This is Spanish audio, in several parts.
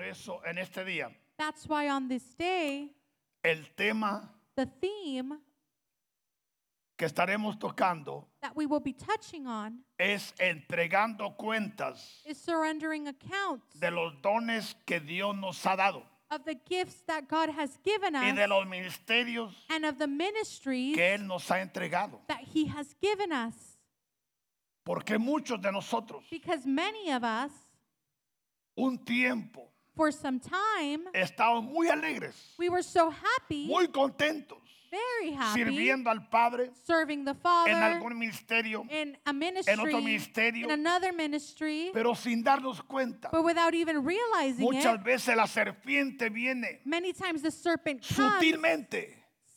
eso, en este día, That's why on this day, el tema the theme que estaremos tocando that we will be touching on es entregando cuentas is surrendering accounts de los dones que Dios nos ha dado of the gifts that God has given y de us los ministerios and of the ministries que Él nos ha entregado. that He has given us. Porque muchos de nosotros Because many of us, un tiempo for some time, estamos muy alegres, we were so happy, muy contentos, very happy, sirviendo al Padre serving the en Father algún ministerio, in a ministry, ministerio. in another ministry, pero sin darnos cuenta. but without even realizing it. Muchas veces la serpiente viene Many times the serpent comes sutilmente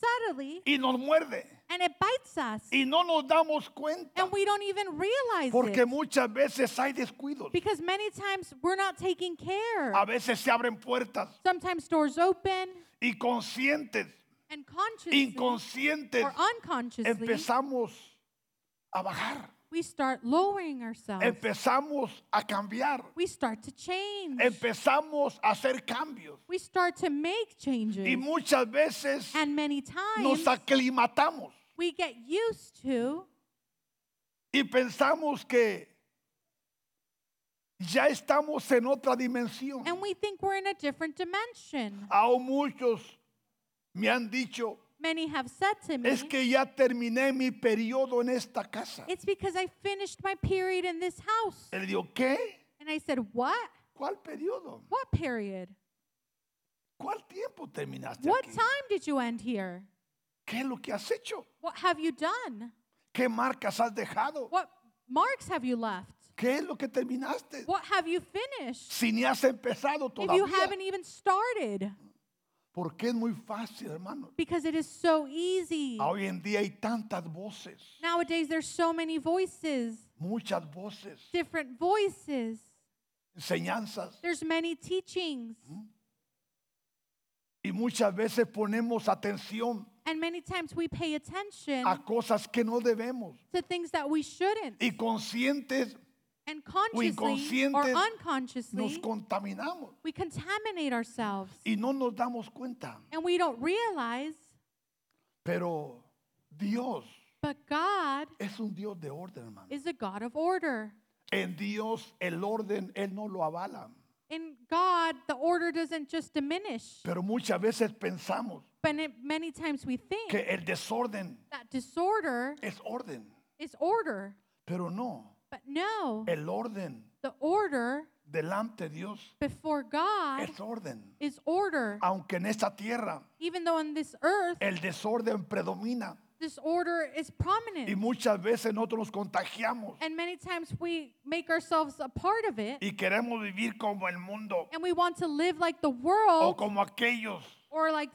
subtly y nos muerde and it bites us, y no nos damos cuenta and we don't even realize porque it muchas veces hay descuidos. because many times we're not taking care. A veces se abren puertas Sometimes doors open y conscientes, and consciously inconscientes, or unconsciously empezamos a bajar, we start lowering ourselves. empezamos a cambiar, We start to change. empezamos a hacer cambios We start to make y changes. muchas veces And many nos times aclimatamos we get used to y pensamos que ya estamos en otra dimensión. and we think we're in a different dimension. Aún muchos me han dicho, Many have said to me, es que ya terminé mi periodo en esta casa. It's because I finished my period in this house. Él dijo, ¿qué? And I said, What? ¿Cuál periodo? What period? ¿Cuál tiempo terminaste? What aquí? time did you end here? ¿Qué es lo que has hecho? What have you done? ¿Qué marcas has dejado? What marks have you left? ¿Qué es lo que terminaste? What have you finished? Si ni has empezado If you todavía. haven't even started, Porque es muy fácil, hermano. because it is so easy. Hoy en día hay tantas voces, Nowadays, there's so many voices, muchas voces, different voices. enseñanzas. There's many teachings, Hmm? Y muchas veces ponemos atención and many times we pay attention a cosas que no debemos. to things that we shouldn't, Y conscientes and consciously or inconscientes nos unconsciously, contaminamos we contaminate ourselves, y no nos damos cuenta. and we don't realize. Pero Dios But God es un Dios de orden, hermano. is a God of order. En Dios el orden, Él no lo avala. In God, the order doesn't just diminish, Pero muchas veces pensamos but it, many times we think que el desorden that disorder es orden. is order. Pero no, But no, el orden the order delante de Dios before God es orden. is order. Aunque en esta tierra Even though on this earth, el desorden predomina disorder is y prominent. muchas veces nosotros nos contagiamos And many times we make ourselves a part of it y queremos vivir como el mundo and we want to live like the o world como aquellos or like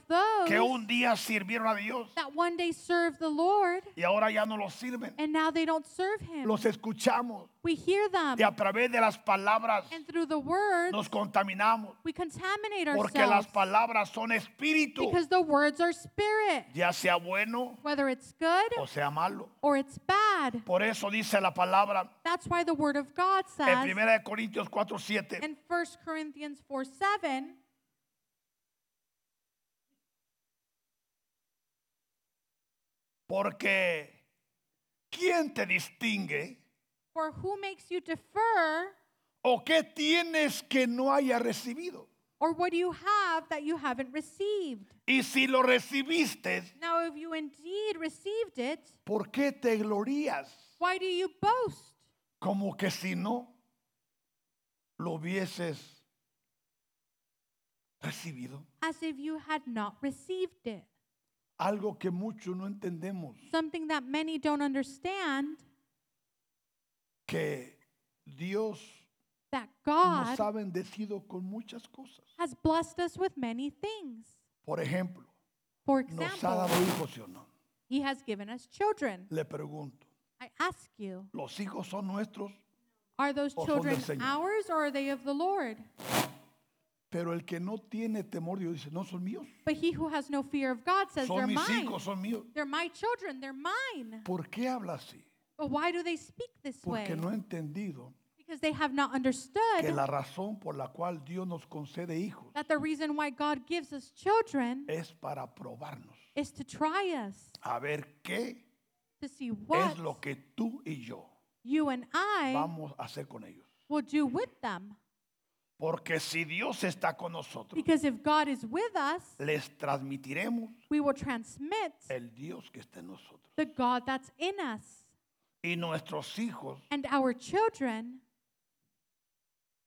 que those un día sirvieron a Dios that one day served the Lord y ahora ya no lo sirven. and now they don't serve Him. Los escuchamos We hear them y a través de las palabras and through the words nos contaminamos we contaminate porque las ourselves palabras son espíritu, because the words are spirit, ya sea bueno whether it's good o sea malo. or it's bad. Por eso dice la palabra That's why the word of God says en 1 de Corintios 4:7, in 1 Corinthians 4 7, porque ¿quién te distingue? for who makes you defer ¿O qué tienes que no haya recibido? or what do you have that you haven't received? Y si lo recibiste, Now, if you indeed received it, ¿por qué te glorías? why do you boast? Como que si no lo hubieses recibido. As if you had not received it. Algo que muchos no entendemos, Something that many don't understand que Dios that nos God ha bendecido con muchas cosas. has blessed us with many things. Por ejemplo, For nos ha dado example, hijos, ¿sí o no? He has given us children. Le pregunto, I ask you, ¿los hijos son nuestros? are those O son del children Señor. ours or are they of the Lord? Pero el que no tiene temor, Dios dice, no son míos. But he who has no fear of God says, Son They're mis mine. hijos, son míos. They're my children. They're mine. ¿Por qué habla así? But why do they speak this way? Porque no ha entendido because they have not understood que la razón por la cual Dios nos concede hijos that the reason why God gives us children es para probarnos, is to try us, a ver qué to see what es lo que tú y yo you and I vamos a hacer con ellos. will do with them. Porque si Dios está con nosotros, Because if God is with us, les transmitiremos we will transmit el Dios que está en nosotros. the God that's in us. Y nuestros hijos And our children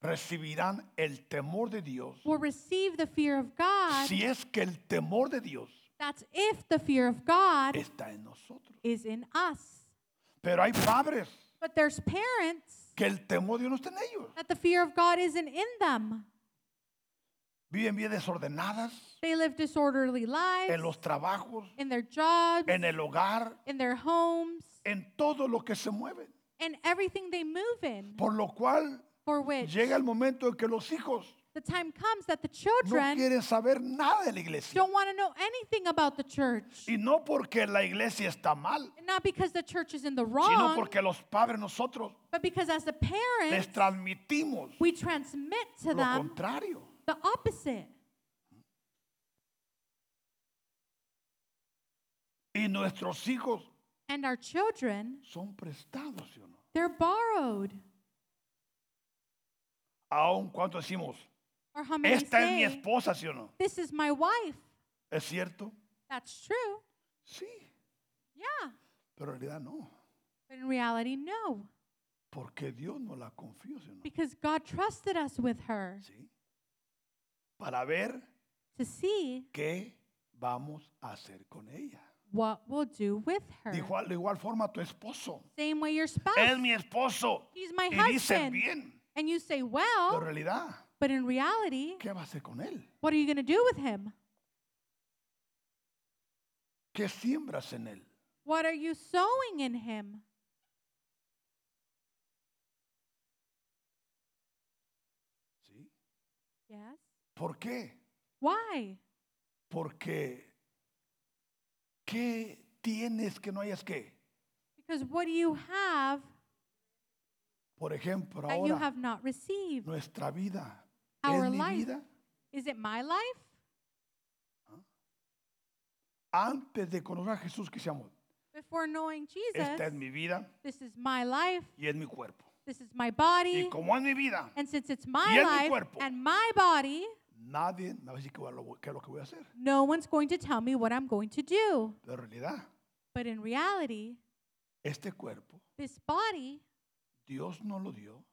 recibirán el temor de Dios. will receive the fear of God. Si es que el temor de Dios That's if the fear of God está en nosotros. is in us. Pero hay padres But there's parents que el temor de Dios no está en ellos. that the fear of God isn't in them. Viven bien desordenadas They live disorderly en lives los trabajos, in their jobs, en el hogar, in their homes, en todo lo que se mueven. and everything they move in. Por lo cual For which llega el momento en que los hijos the time comes that the no children quieren saber nada de la iglesia. don't want to know anything about the church. Y no porque la iglesia está mal, And not because the church is in the sino wrong, porque los padres nosotros but because as a les parent, transmitimos we transmit to lo them contrario. the opposite. Y nuestros hijos And our children, son prestados, ¿sí o no? they're borrowed. Aun cuando decimos, Or how many esta es mi say, esposa, ¿sí o no? This is my wife. ¿Es cierto? That's true. Sí, Yeah. pero en realidad no. But in reality, no. Porque Dios nos la confió, ¿sí o no? Because God trusted us with her ¿Sí? Para ver to see qué vamos a hacer con ella. what we'll do with her. De igual, de igual forma tu esposo. Same way your spouse. Es mi esposo. He's Oh. my Y dice husband. Oh. bien. And you say, Pero en well, realidad, but in reality, ¿qué va a hacer con él? what are you going to do with him? ¿Qué siembras en él? What are you sowing in him? ¿Sí? Yes. ¿Por qué? Why? Porque ¿qué tienes que no hayas qué? Because what do you have Por ejemplo, that you ahora have not received? nuestra vida Our es mi life. vida Is it my life? antes de conocer a Jesús que seamos. Before knowing Jesus, Esta es mi vida this is my life, y es mi cuerpo. this is my Y body, como es mi vida, and since it's y my es mi life cuerpo. and my body, nadie me va a decir qué va lo- qué es lo que voy a hacer. no one's going to tell me what I'm going to do. Pero en realidad, But in reality, este cuerpo this body, Dios nos lo dio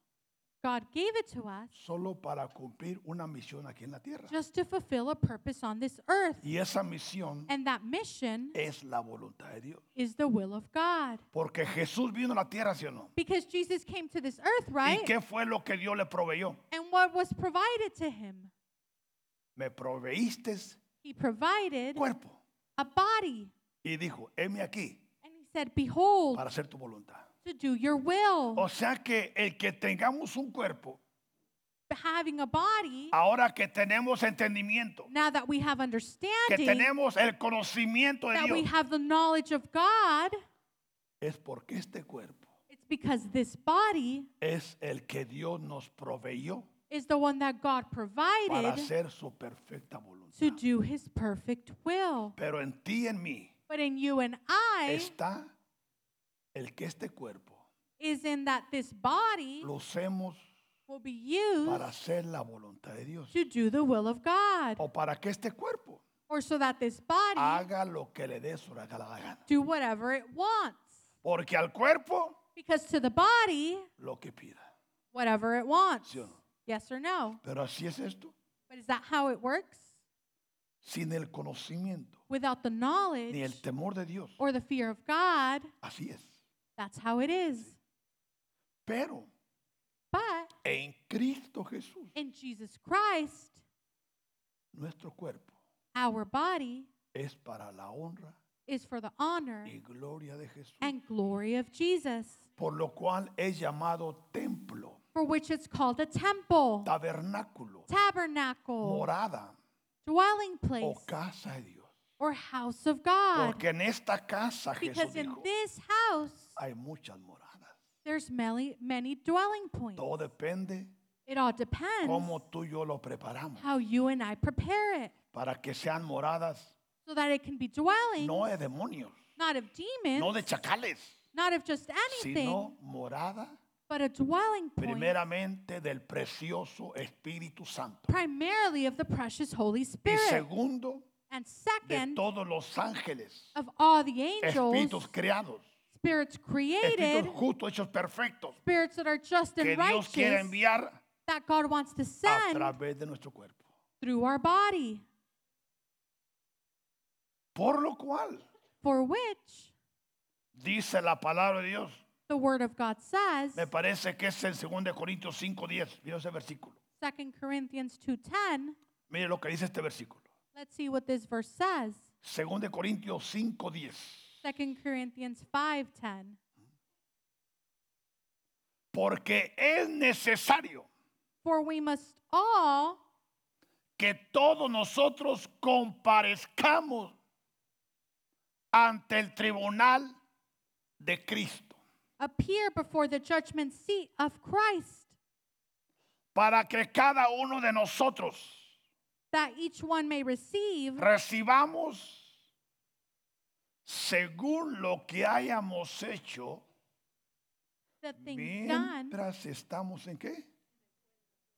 God gave it to us solo para cumplir una misión aquí en la tierra. just to fulfill a purpose on this earth. Y esa misión And that mission es la voluntad de Dios. is the will of God. Porque Jesús vino a la tierra, ¿sí o no? Because Jesus came to this earth, right? ¿Y qué fue lo que Dios le proveyó? And what was provided to him? Me proveíste He provided cuerpo. a body. Y dijo, heme aquí And he said, Behold, para hacer tu voluntad. to do your will. O sea que el que tengamos un cuerpo, Having a body, ahora que tenemos entendimiento, now that we have que understanding, tenemos el conocimiento de that we Dios, have the knowledge of God, es porque este cuerpo it's because this body es el que Dios nos proveyó is the one that God para provided hacer su perfecta voluntad. to do his perfect will. Pero en ti y en mí But in you and I está el que este cuerpo is in that this body lo usemos will be para used hacer la voluntad de Dios. to do the will of God, O para que este cuerpo or so that this body haga lo que le dé su regalada gana. do whatever it wants. Porque al cuerpo Because to the body, lo que pida. whatever it wants. Sí o no? Yes or no? Pero así es esto. But is that how it works? Sin el conocimiento Without the ni el knowledge temor de Dios. or the fear of God, Así es. that's how it is. Pero But en Cristo Jesús, in Jesus Christ, nuestro cuerpo our body es para la honra is for the honor y gloria de Jesús. and glory of Jesus, Por lo cual es llamado templo, for which it's called a temple, tabernáculo, tabernacle, morada dwelling o place, casa de Dios. or house of God. Porque en esta casa, Jesús Because in dijo, this house, hay muchas moradas. There's many, many dwelling points. Todo depende It all depends cómo tú y yo lo preparamos how you and I prepare it para que sean moradas so that it can be dwelling, no de demonios, not of no demons, de chacales, not of just anything, sino morada but a dwelling point primeramente del precioso Espíritu Santo primarily of the precious Holy y Spirit. segundo And de second, todos los ángeles, of all the angels, espíritus creados, spirits created, espíritus justos, hechos perfectos spirits that are just que and Dios quiere righteous enviar that God wants to a send través de nuestro cuerpo. through our body, Por lo cual for which dice la palabra de Dios the Word of God says, Me parece que es el 2 de Corintios 5:10. Mira ese versículo. 2 Corinthians 2:10. Mire lo que dice este versículo. Let's see what this verse says. 2 de Corintios 5:10. 2 Corinthians 5:10. Porque es necesario For we must all que todos nosotros comparezcamos ante el tribunal de Cristo, appear before the judgment seat of Christ, para que cada uno de nosotros that each one may receive recibamos según lo que hayamos hecho the things done mientras estamos en qué?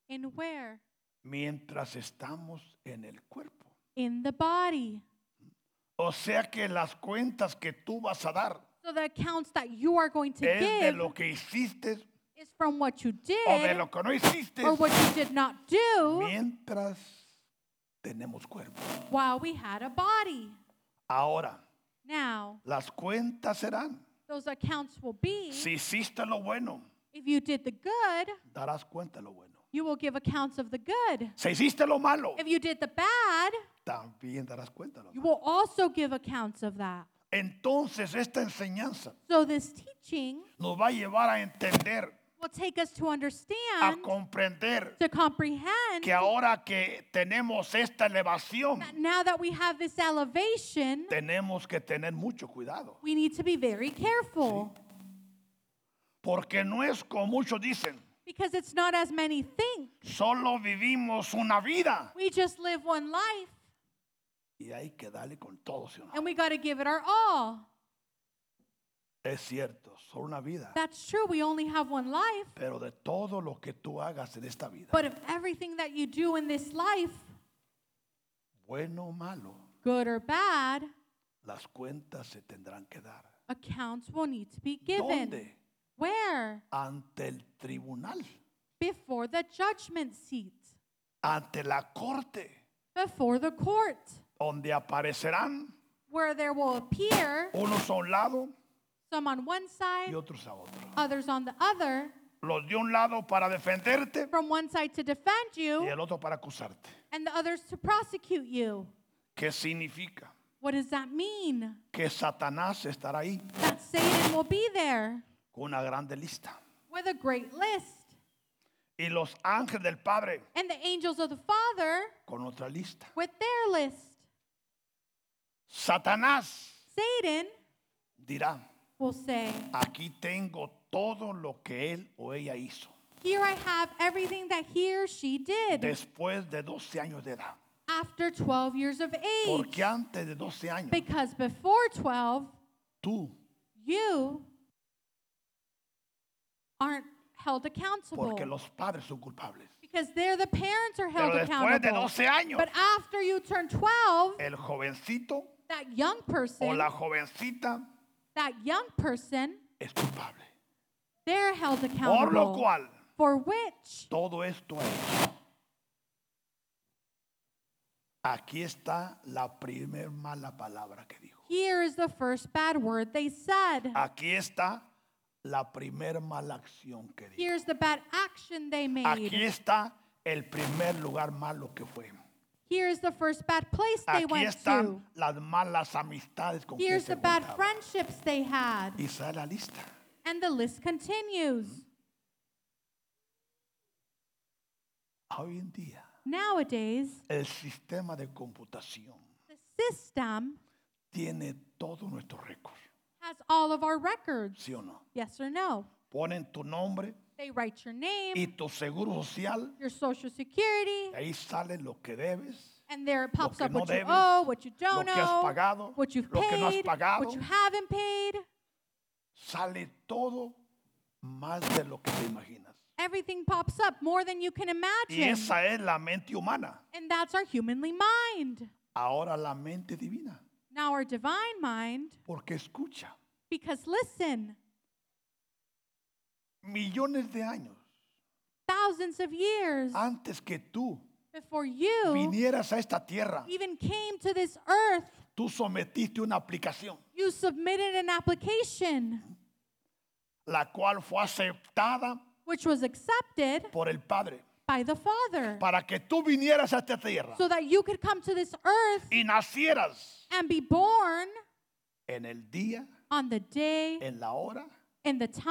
in where? mientras estamos en el cuerpo. In the body. O sea que las cuentas que tú vas a dar So the accounts that you are going to es de give lo que hiciste is from what you o de did lo que no hiciste or what you did not do mientras tenemos cuerpo. while we had a body. Ahora, Now, las cuentas serán, those accounts will be si hiciste lo bueno, if you did the good, darás cuenta de lo bueno. you will give accounts of the good. Si hiciste lo malo, If you did the bad, también darás cuenta de lo you malo. will also give accounts of that. Entonces esta enseñanza So this teaching nos va a llevar a entender, will take us to a understand, comprender to comprehend que ahora que tenemos esta elevación, that now that we have this elevation, tenemos que tener mucho cuidado. we need to be very careful Porque no es como muchos dicen, because it's not as many think. solo vivimos una vida. We just live one life Y hay que darle con todo, ¿sí o no? and we got to give it our all. Es cierto, solo una vida. That's true, we only have one life. Pero de todo lo que tú hagas en esta vida, But if everything that you do in this life, bueno o malo, good or bad, las cuentas se tendrán que dar. accounts will need to be given. ¿Dónde? Where? Ante el tribunal, Before the judgment seat, ante la corte, before the court, donde aparecerán where there will appear unos a un lado some on one y side, otros a otro. others on the other, Los de un lado para defenderte from one side to defend y you el otro para acusarte. and the others to prosecute you. ¿Qué significa? What does that mean? Que Satanás estará ahí That Satan will be there con una grande lista. with a great list, Y los ángeles del Padre and the angels of the Father con otra lista. with their list. Satanás Satan dirá, will say, aquí tengo todo lo que él o ella hizo Here I have everything that he or she did después de 12 años de edad. after 12 years of age. Porque antes de 12 años Because before 12, tú, you aren't held accountable. porque los padres son culpables. Because there the parents are Pero held después de accountable. 12 años, But after you turn 12, el jovencito that young o person, la jovencita that young person, es culpable. they're held Por lo accountable. cual, For which Todo esto es. Aquí está la primer mala palabra que dijo. here is the first bad word they said. Aquí está la primer mala acción que dijo. Here's the bad action they Aquí made. está el primer lugar malo que fue. Here's the first bad place they Aquí went to. están las malas amistades con que Here's se the bad juntaban. friendships they had. Y sale la lista. And the list continues. Hoy en día, Nowadays, el sistema de computación the system tiene todo nuestro récord. has all of our records. ¿Sí o no? Yes or no? Ponen tu nombre They write your y name, tu seguro social. your social security, Ahí sale lo que debes. and there it pops que up no what you debes, owe, what you lo don't que has owe, pagado, what you've lo que no has paid, pagado. what you haven't paid. Sale todo más de lo que te imaginas. Everything pops up more than you can Y imagine. esa es la mente humana. And that's our humanly mind. Ahora la mente divina. Now, our divine mind, Porque escucha, because listen, millones de años thousands of years antes que tú before you vinieras a esta tierra, even came to this earth, tú sometiste una aplicación, you submitted an application la cual fue aceptada which was accepted por el Padre, by the Father para que tú vinieras a esta tierra so that you could come to this earth y nacieras and be born en el día, on the day, en la hora, in the en el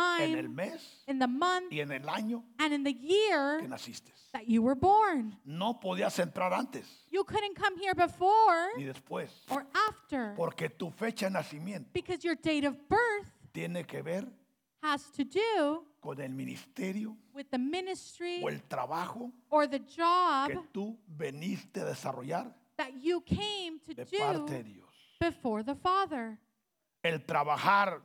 time, mes in the month, y en el año and in the que year naciste. that you were born. No podías entrar antes You couldn't come here before ni después, or after porque tu fecha de nacimiento because your date of birth tiene que ver has to do con el ministerio with the ministry o el trabajo or the job que tú veniste a desarrollar that you came to de parte de do Dios. before the Father. El trabajar,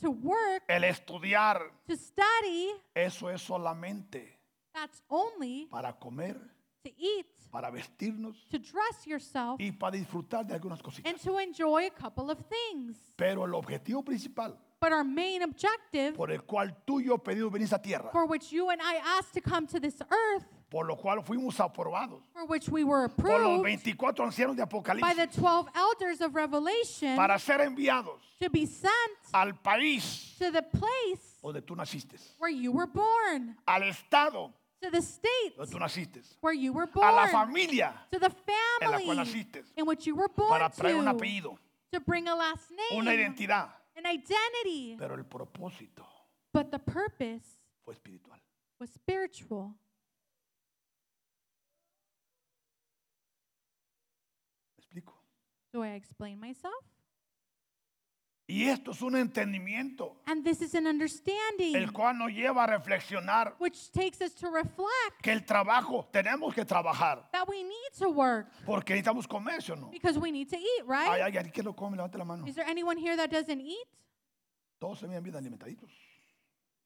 To work, el estudiar, to study, eso es solamente that's only para comer, to eat, para vestirnos to dress yourself, y para disfrutar de algunas cositas. and to enjoy a couple of things. Pero el objetivo principal But our main objective por el cual tú y yo pedimos venir a esta tierra, for which you and I asked to come to this earth, por lo cual fuimos aprobados for which we were por los approved 24 ancianos de by the Apocalipsis 12 elders of Revelation para ser enviados to be sent al país to the place donde tú naciste, where you were born, al estado to the state donde tú naciste, where you were a la born, familia to the en la cual family naciste, in which you were born para traer un to, apellido, to bring a last una name, identidad, an identity. pero el propósito But the purpose fue espiritual. was spiritual. ¿Me explico? Do I explain myself? Y esto es un entendimiento, And this is an el understanding cual nos lleva a reflexionar which takes us to reflect que el trabajo tenemos que trabajar, that we need to work porque necesitamos comer, ¿sí o no? because we need to eat, Hay right? alguien que no come, levante la mano. Is there anyone here that doesn't eat? Todos se miran bien alimentaditos.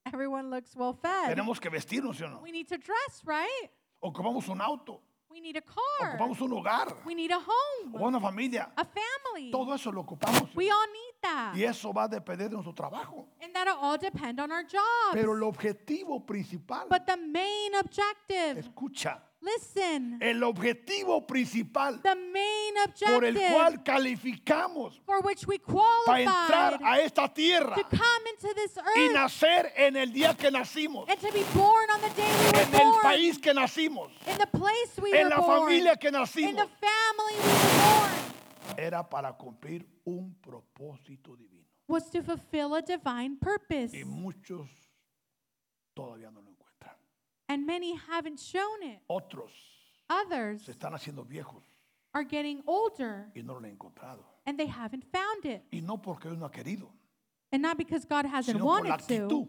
Everyone looks well fed. Tenemos que vestirnos, ¿sí o no? We need to dress, right? Ocupamos un auto, We need a car. ocupamos un hogar, We need a home, una familia. a family. Todo eso lo ocupamos. We all need that. Y eso va a depender de nuestro trabajo. And that'll all depend on our jobs. Pero el objetivo principal, but the main objective, escucha, listen, el objetivo principal the main Eh, por el objective cual calificamos for which we para qualified entrar a esta tierra to come into this y earth nacer en el día que nacimos, and to be born on the day we en were Pues el born, país que nacimos, in the place we en were la born, familia que in the nacimos, family we were born, era para cumplir un propósito divino. was to fulfill a divine purpose. Y muchos todavía no lo encuentran. And many haven't shown it. Otros Others se están haciendo viejos are getting older y no lo han encontrado. and they haven't found it. Y no porque Dios no ha querido, And not because God sino hasn't por la wanted actitud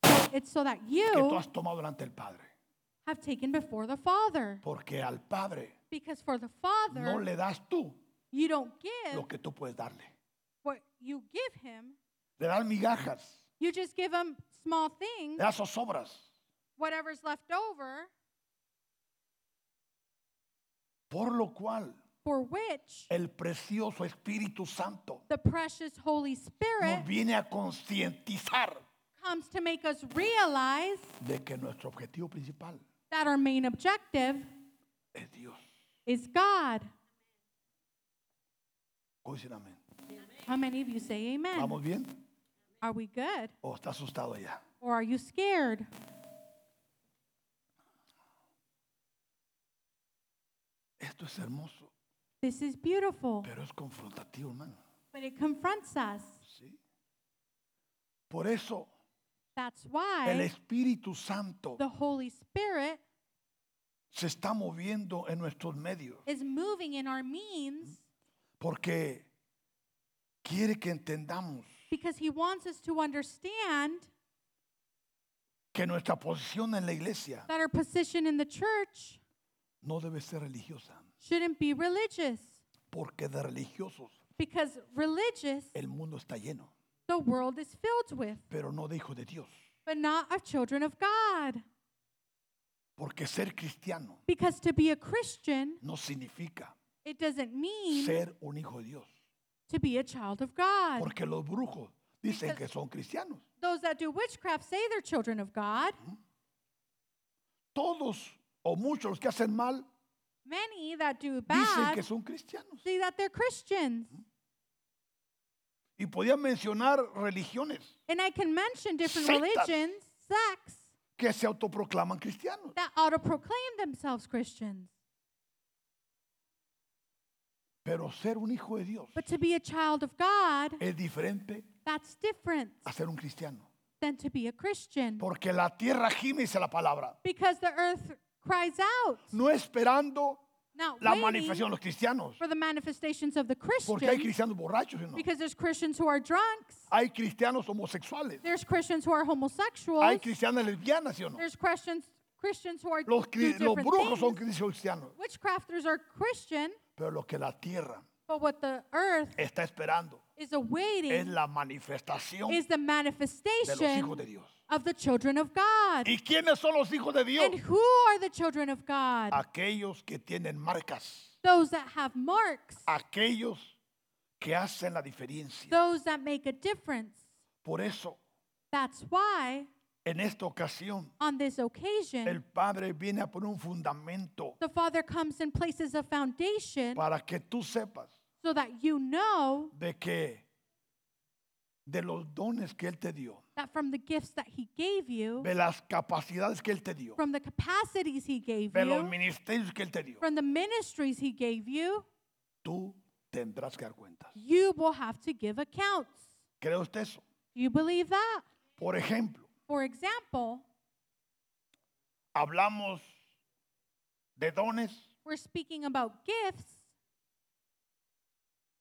to, it's so that que tú you has tomado delante del Padre. have taken before the Father. Porque al Padre Because for the no Father, le das tú you don't lo give que tú puedes darle. what you give Him, Le das migajas, you just give Him small things, le das zozobras. whatever's left over, Por lo cual for which el precioso Espíritu Santo the precious Holy Spirit nos viene a concientizar comes to make us realize de que nuestro objetivo principal that our main objective es Dios. is God. Hoy dicen amén. How many of you say amen? ¿Vamos bien? Are we good? ¿O está asustado ya? Or are you scared? Esto es hermoso, This is beautiful, pero es confrontativo, hermano. but it confronts us. ¿sí? Por eso That's el why Espíritu Santo the Holy Spirit se está moviendo en nuestros medios. is moving in our means Porque quiere que entendamos because He wants us to understand que nuestra posición en la iglesia that our position in the church no debe ser religiosa, shouldn't be religious porque de religiosos because religious el mundo está lleno, the world is filled with, pero no de hijos de Dios. but not of children of God. Porque ser cristiano Because to be a Christian, no significa it doesn't mean ser un hijo de Dios. to be a child of God. Porque los brujos dicen que son cristianos. Those that do witchcraft say they're children of God. Todos o muchos los que hacen mal Many that do dicen bad que son cristianos. say that they're Christians. Y podían mencionar religiones And I can mention different Sectas. religions, sects, que se autoproclaman cristianos. that autoproclaim themselves Christians. Pero ser un hijo de Dios But to be a child of God, es diferente that's different a ser un cristiano. than to be a Christian. Porque la tierra gime, dice la palabra, Because the earth cries out, no esperando not la waiting manifestación de los cristianos. for the manifestations of the Porque hay Christian. cristianos borrachos, ¿no? Because there's Christians who are drunks. hay cristianos homosexuales, There's Christians who are hay homosexuals. cristianas lesbianas, ¿sí o no? There's Christians Christians who are Los, do cri- los different brujos son things. cristianos. Witchcrafters are Christian, Pero lo que la tierra but what the earth está esperando es is awaiting la manifestación is the de los manifestation hijos de Dios. of the children of God. ¿Y quiénes son los hijos de Dios? And who are the children of God? Uh, Aquellos que tienen marcas, Those that have marks, uh, aquellos que hacen la diferencia. those that make a difference. Por eso, That's why en esta ocasión, on this occasion el Padre viene a poner un fundamento the Father comes and places a foundation para que tú sepas so that you know de que de los dones que Él te dio, that from the gifts that he gave you, de las capacidades que Él te dio, from the capacities he gave de los you, ministerios que Él te dio, from the ministries he gave you, tú tendrás que dar cuentas. you will have to give accounts. ¿Cree usted eso? Do you believe that? Por ejemplo, For example, hablamos de dones we're speaking about gifts,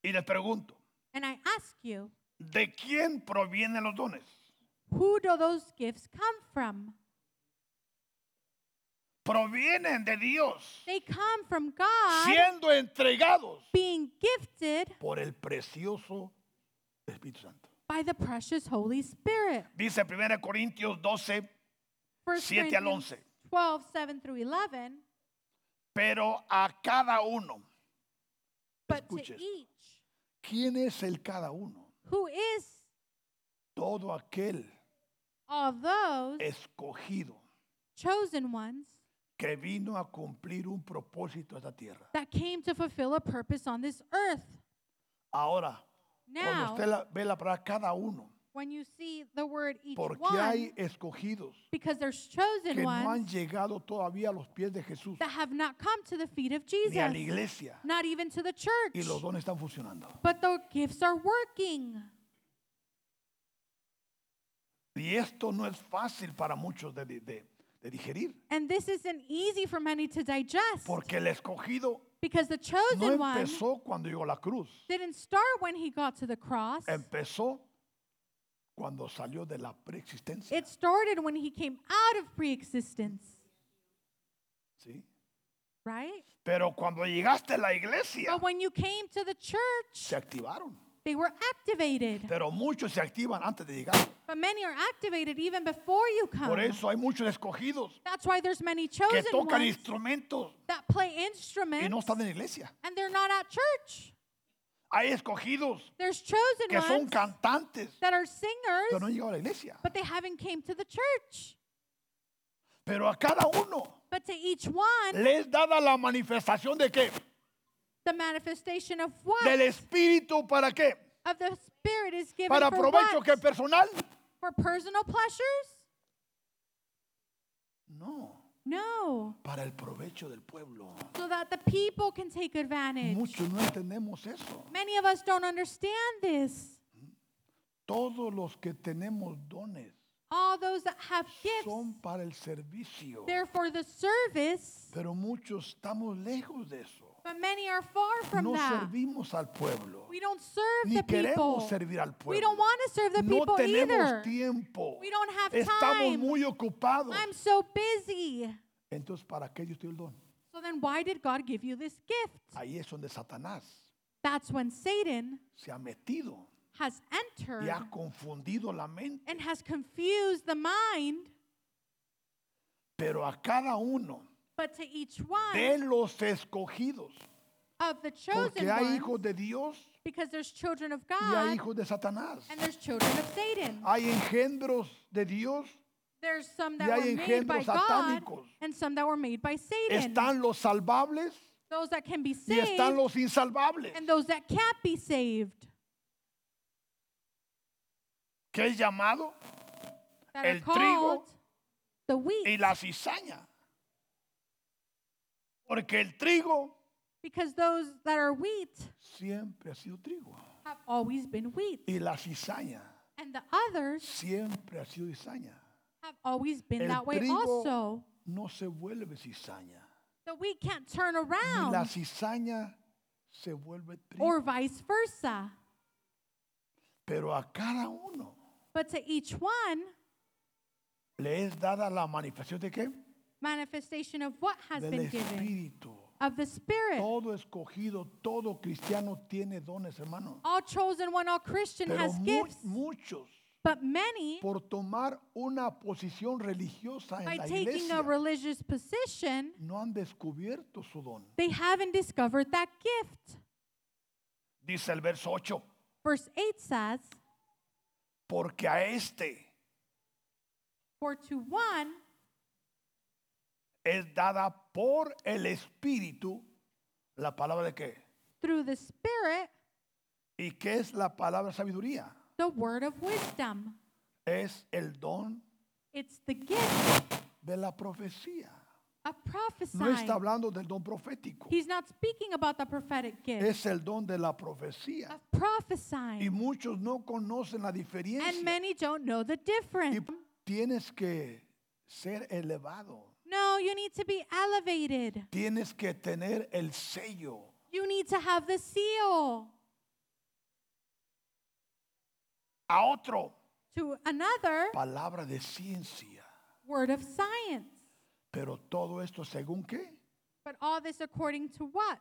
y les pregunto, and I ask you, ¿de quién provienen los dones? who do those gifts come from? Provienen de Dios, They come from God siendo entregados being gifted por el precioso Espíritu Santo. by the precious Holy Spirit. Dice 1 Corintios 12, First 7 al Corinthians 11. 12, 7 through 11. pero a cada uno. But to Escuche esto. each, ¿Quién es el cada uno? who is Todo aquel all those Eh. escogido chosen ones que vino a cumplir un propósito a esta tierra. that came to fulfill a purpose on this earth. Ahora, cuando usted Now, la- ve la palabra cada uno, when you see the word each porque hay one, escogidos because there's que chosen no han ones llegado todavía a los pies de Jesús that have not come to the feet of ni a la Jesus, iglesia not even to the y los church, dones están funcionando. but the gifts are working. Y esto no es fácil para muchos de, de- de- de digerir, And this isn't easy for many to digest porque el escogido because the no chosen one empezó cuando llegó a la cruz. didn't start when he got to the cross. Empezó cuando salió de la preexistencia. It started when he came out of pre existence, ¿sí? right? Pero cuando llegaste a la iglesia, But when you came to the se church, activaron. they were activated. Pero muchos se activan antes de llegar. But many are activated even before you Por come. eso hay muchos escogidos That's why there's many que chosen tocan ones instrumentos that y play no instruments están en la iglesia. and they're not at church. Hay escogidos There's chosen que son ones cantantes, that are pero no han singers, llegado a la iglesia. but they haven't came to the church. Pero a cada uno But to each one, les dada la manifestación de qué? the manifestation of Del what? Espíritu para qué? Of the Spirit is given Para for provecho what? que personal. For personal pleasures? No, No. para el provecho del pueblo. So that the people can take advantage. Muchos no entendemos eso. Many of us don't understand this. Todos los que tenemos dones All those that have gifts, son para el servicio. they're for the service Pero muchos estamos lejos de eso. But many are far from No that. servimos al pueblo. We don't serve Ni the people. queremos servir al We don't pueblo. want to serve the No people either. tenemos tiempo. We don't have Estamos time. muy ocupados. I'm so busy. Entonces, ¿para qué Dios dio el don? So then why did God give you this gift? Ahí es donde Satanás That's when Satan se ha metido has y entered ha confundido la mente. and has confused the mind, Pero a cada uno but to each one de los escogidos, of the chosen porque hay hijos ones, de Dios because there's children of y hay God hijos de Satanás. and there's children of Satan. Hay engendros de Dios, There's some y that hay were made by engendros God satánicos. and some that were made by Satan. están los salvables Those that can y be saved están los insalvables. and those that can't be saved. que es llamado? That El are trigo called the wheat. Y la cizaña. Porque el trigo Because those that are wheat siempre ha sido trigo. have always been wheat, Y la cizaña and the others siempre ha sido cizaña. have always been El that way trigo- also. No se vuelve cizaña. The wheat can't turn Y la around, cizaña se vuelve trigo. or vice versa. Pero a cada uno But to each one, le es dada la manifestación de qué? manifestation of what has Del been given Espíritu. of the Spirit. Todo escogido, todo cristiano tiene dones, hermano. All chosen one, all Christian Pero has mu- gifts, muchos, but many, por tomar una posición religiosa en by la taking a iglesia, religious position, no han descubierto su don. they haven't discovered that gift. Dice el verso 8, Verse 8 says, porque a este For to one es dada por el Espíritu la palabra de qué? through the Spirit ¿Y qué es la palabra sabiduría? the word of wisdom. Es el don It's the gift de la profecía. of No está prophesying. hablando del don profético, He's not speaking about the prophetic gift es el don de la profecía. of Y prophesying. muchos no conocen la And diferencia. many don't know the difference. Y tienes que ser elevado. No, you need to be elevated. Tienes que tener el sello. You need to have the seal. A otro, To another, palabra de ciencia. word of science. Pero todo esto según qué? But all this according to what?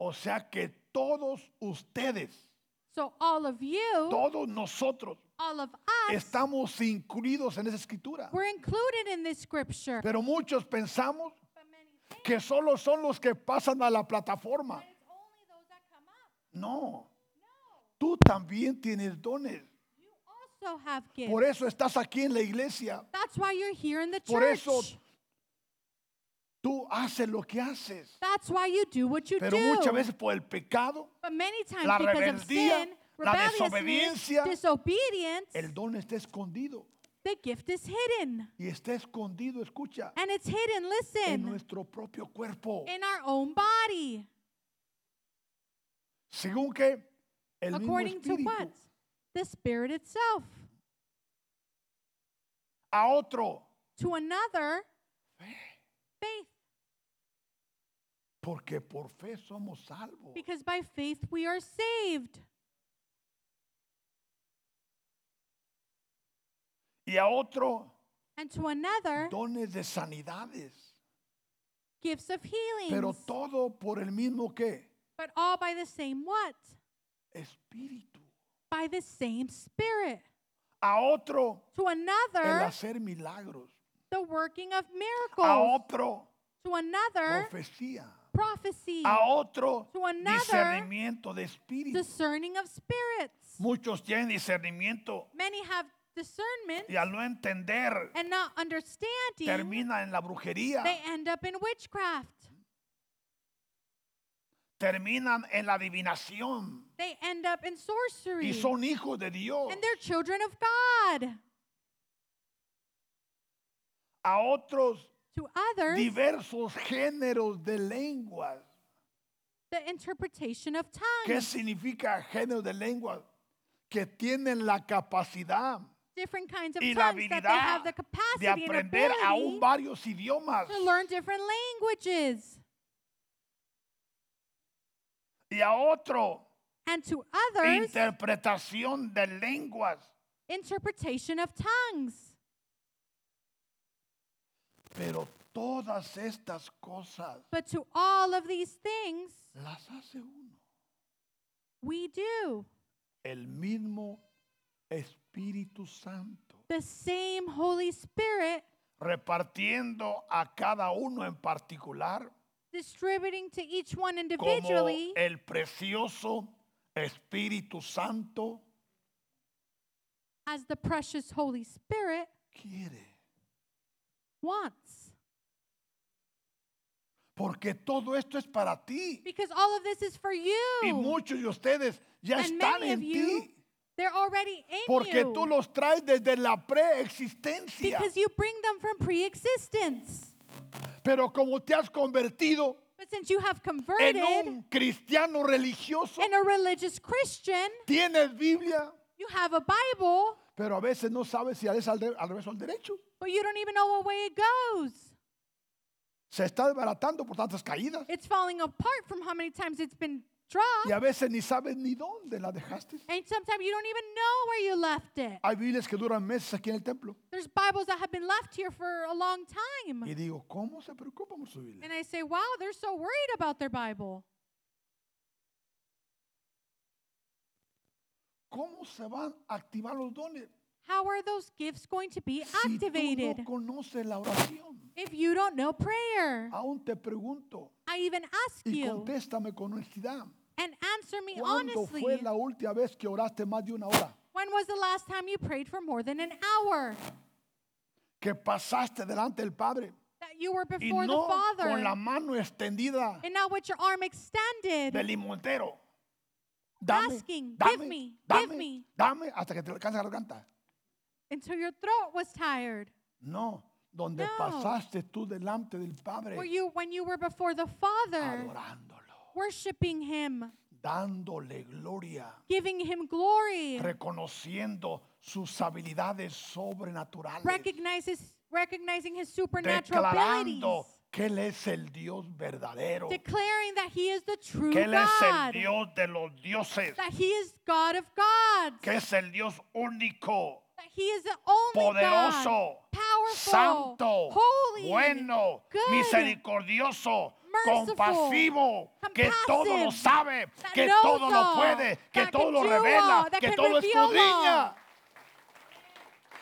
O sea que todos ustedes, So all of you, todos nosotros, all of us, estamos incluidos en esa escritura. we're included in this scripture. Pero muchos pensamos But many think que solo son los que pasan a la plataforma. that it's only those that come up. No, No. tú también tienes dones. You also have gifts. Por eso estás aquí en la iglesia. That's why you're here in the Por church. eso tú haces lo que haces. That's why you do what you Pero do. muchas veces por el pecado, but many times la because of rebeldía, sin, la rebelliousness, desobediencia, disobedience, el don está escondido. the gift is hidden. Y está escondido, escucha, And it's hidden, listen, en nuestro propio cuerpo. in our own body. Según que el mismo according to espíritu what? The Spirit itself. a otro. To another, faith. Porque por fe somos salvos. Because by faith we are saved. Y a otro, And to another, dones de sanidades. gifts of healing. Pero todo por el mismo que But all by the same what? espíritu. By the same Spirit. A otro, To el another, hacer milagros. the working of A miracles. otro, To another, profecía. prophecy. A otro, To another, discernimiento de espíritu. Discerning of spirits. Muchos tienen discernimiento Many have discernment y al no entender and not understanding, termina en la brujería, they end up in witchcraft. terminan en la adivinación They end up in sorcery. y son hijos de Dios. And they're children of God. A otros To others, diversos géneros de lenguas. the interpretation of ¿Qué tongues. significa género de lenguas? Que tienen la capacidad Different kinds of y la tongues that they habilidad have the de capacity and aprender aún ability varios idiomas. to learn different languages. y a otro and to others, interpretación de lenguas. interpretation of tongues. Pero todas estas cosas But to all of these things, las hace uno. we do. El mismo Espíritu Santo, The same Holy Spirit repartiendo a cada uno en particular distributing to each one como individually el precioso Espíritu Santo as the precious Holy Spirit quiere. wants. Porque todo esto es para ti. Because all of this is for Y you. muchos de ustedes ya And están many en of you, ti. they're already in Porque tú you. los traes desde la preexistencia. Because you bring them from pre existence. Pero como te has convertido But since you have converted en un cristiano religioso, in a religious Christian, tienes Biblia, you have a Bible, pero a veces no sabes si es al, de- al revés o al derecho. but you don't even know what way it goes. Se está desbaratando por tantas caídas. It's falling apart from how many times it's been Y a dropped. veces ni sabes ni dónde la dejaste. And sometimes you don't even know where you left it. Hay Biblias que duran meses aquí en el templo. There's Bibles that have been left here for a long time. Y digo, ¿cómo se preocupan por su Biblia? And I say, wow, they're so worried about their Bible. ¿Cómo se van a activar los dones? How are those gifts going to be Si tú activated no conoces la oración, if you don't know prayer? aún te pregunto I even ask y you contéstame con honestidad. and answer me ¿Cuándo honestly. fue la última vez que oraste más de una hora? When was the last time you prayed for more than an hour? Que pasaste delante del Padre That you were y before no the Father con la mano extendida and not with your arm extended. del limontero. Dame, Asking, dame, give me, dame, give me. dame, hasta que te alcanza la garganta. until your throat was tired No, donde No. pasaste tú delante del Padre or you when you were before the father adorándolo, worshiping him dándole gloria. giving him glory reconociendo sus habilidades sobrenaturales, recognizes recognizing his supernatural abilities declarando que Él es el Dios verdadero, declaring that he is the true que Él es el god Dios de los dioses, that he is god of gods que es el Dios único, that he is the only god poderoso, powerful santo, holy bueno, good, misericordioso, merciful, compasivo, que todo lo compasive, sabe, that que knows todo lo all, puede, que that todo can lo do revela, all, that que can todo reveal escudriña. all.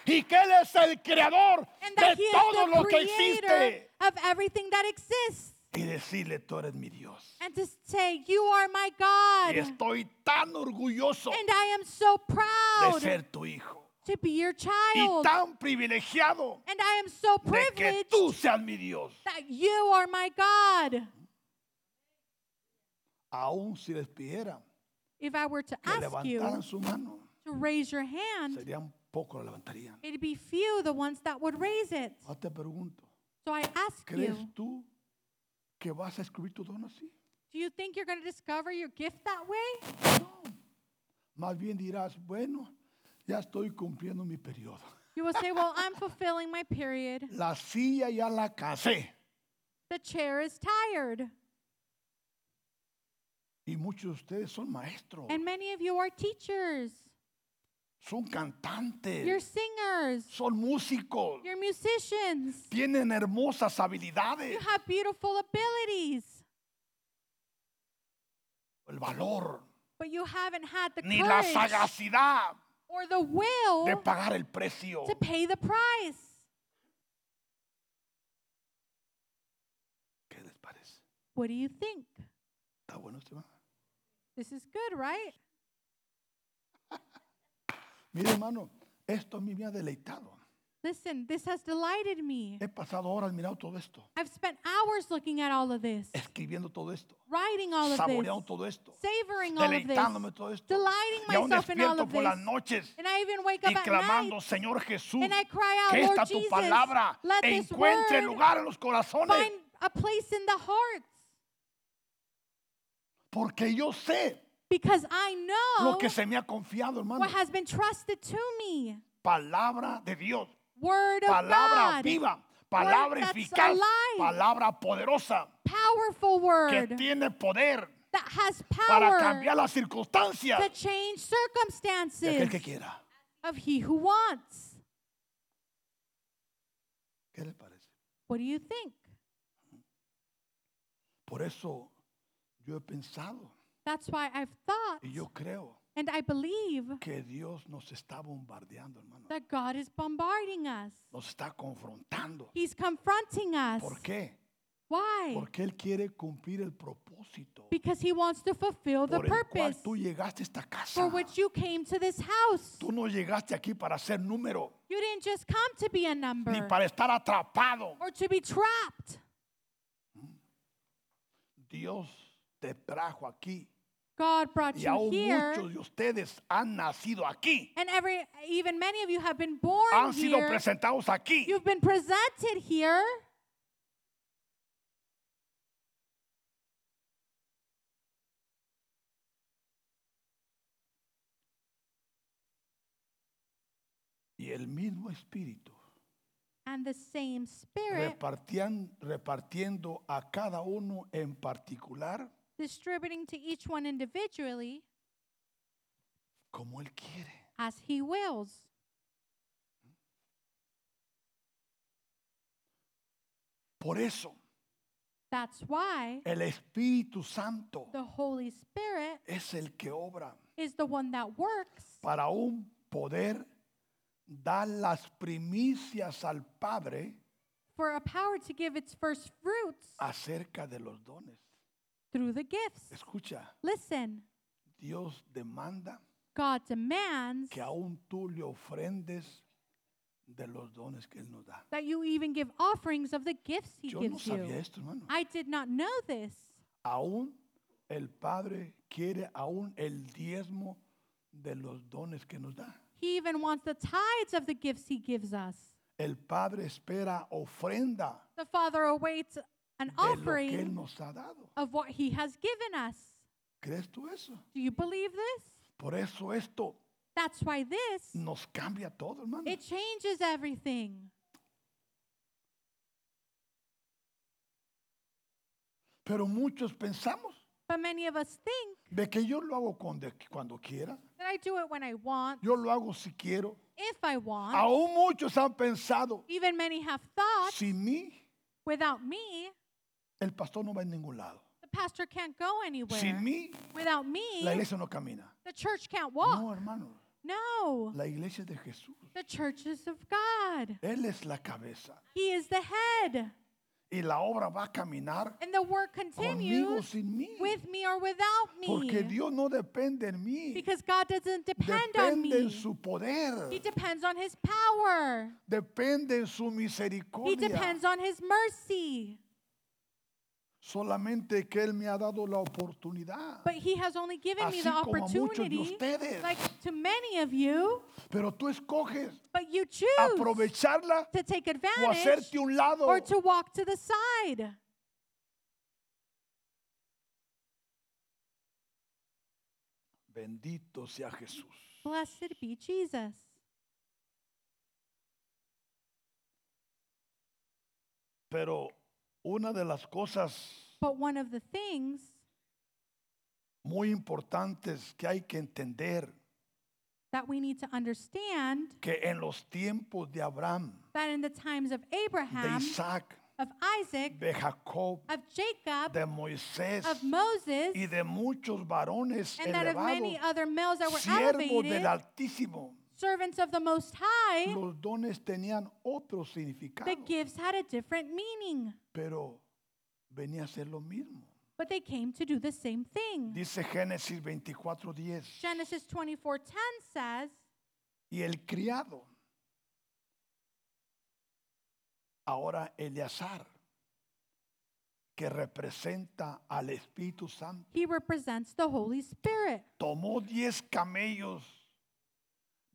Y que Él es el creador and de that he is todo the lo que creator existe. of everything that exists Y decirle, tú eres mi Dios. and to say you are my god Y estoy tan orgulloso And I am so de proud ser tu hijo. to be your Y child. tan privilegiado and I am so de que privileged tú seas mi Dios. that you are my God. Aún si les pidiera If I were to que ask you levantaran su mano, to raise your hand, serían pocos la levantarían. it'd be few the ones that would raise it. Ahora te pregunto, So I ask you, ¿crees tú que vas a escribir tu don así? do you think you're going to discover your gift that way? No. Más bien dirás, bueno, ya estoy cumpliendo mi periodo. You will say, Well, I'm fulfilling my period. La silla ya la casé. The chair is tired. Y muchos de ustedes son maestros, And many of you are teachers, son cantantes, you're singers, son músicos, you're musicians, tienen hermosas habilidades. you have beautiful abilities, El valor, but you haven't had the ni la courage. Oh. sagacidad or the will de pagar el precio. to pay the price. ¿Qué les parece? What do you think? Está bueno este hermano. This is good, right? Mire, hermano, esto a mí me ha deleitado. Listen, this has delighted me. He pasado horas mirando todo esto, I've spent hours looking at all of this, escribiendo todo esto, writing all of saboreando this, todo esto, savoring all of this, deleitándome todo esto. delighting Y aún myself in all despierto of por las this. noches And I even wake y up at clamando, night Señor Jesús, and I cry out, que esta Lord tu Jesus, palabra let this encuentre word lugar en los corazones, find a place in the hearts. porque yo sé Because I lo know que se me ha confiado, hermano. what has been trusted to me. Palabra de Dios, Word of palabra God. viva, palabra that's eficaz, alive. palabra poderosa Powerful que word. tiene poder that has para power cambiar las circunstancias to change de aquel que circumstances quiera. of he who wants. ¿Qué le parece? What do you think? Por eso yo he pensado That's why I've thought y yo creo and I believe que Dios nos está bombardeando, hermano. that God is bombarding us. Nos está confrontando. He's confronting us. ¿Por qué? Why? Porque Él quiere cumplir el propósito Because he wants to fulfill the por el cual purpose tú llegaste a esta casa. for which you came to this house. Tú no llegaste aquí para ser número, You didn't just come to be a ni number para estar atrapado. or to be trapped. Dios te trajo aquí. God brought Y you aún here, muchos de ustedes han nacido aquí. and every even many of you have been born Han sido here. presentados aquí. You've been presented here. Y el mismo Espíritu And the same spirit repartían, repartiendo a cada uno en particular distributing to each one individually como Él quiere. as he wills. Por eso That's why el Espíritu Santo the Holy Spirit es el que obra is the one that works para un poder dar las primicias al Padre for a power to give its first fruits Ah, acerca de los dones. through the gifts. Escucha, Listen, Dios demanda God demands que aún tú le ofrendes de los dones que Él nos da. that you even give offerings of the gifts he Yo no gives sabía you. esto, hermano. I did not know this. Aún el Padre quiere aún el diezmo de los dones que nos da. He even wants the tithes of the gifts he gives us. El Padre espera ofrenda The Father awaits an de lo que Él offering nos ha dado. of what he has given us. ¿Crees tú eso? Do you believe this? Por eso esto That's why this nos cambia todo, hermano. it changes everything. Pero muchos pensamos But many of us think de que yo lo hago cuando, cuando quiera, that I do it when I want, yo lo hago si quiero. if I want. Aún muchos han pensado, Even many have thought sin mí without me, el pastor no va a ningún lado. the pastor can't go anywhere. Sin mí Without la me, iglesia no camina. the church can't No, walk. hermano, No. la iglesia es de Jesús. The church is of God. Él es la cabeza He is the head. y la obra va a caminar And the work conmigo continues sin mí. with me or without Porque me. Dios no depende en mí. Because God doesn't depend on Depende en me. su poder. He depends on his power. Depende en su He misericordia. depends on his mercy. Solamente que Él me ha dado la oportunidad. But he has only given me Así the como a muchos de opportunity, ustedes. like to many of you, Pero tú escoges but you choose aprovecharla to take o advantage hacerte un lado. or to walk to the side. Bendito sea Jesús. Blessed be Jesus. Pero una de las cosas But one of the things muy importantes que hay que entender, that we need to understand que en los tiempos de Abraham, that in the times of de Abraham, Isaac, of Isaac, de Jacob, of Jacob, de Moisés of Moses, y de muchos varones and that of many elevados, other males that were siervos elevated, del Altísimo, servants of the Most High, los dones tenían otro significado, the gifts had a different meaning, pero venía a ser lo mismo. but they came to do the same thing. Dice Génesis 24:10, Genesis 24:10 says, y el criado, ahora Eleazar, que representa al Espíritu Santo, He represents the Holy Spirit. tomó diez camellos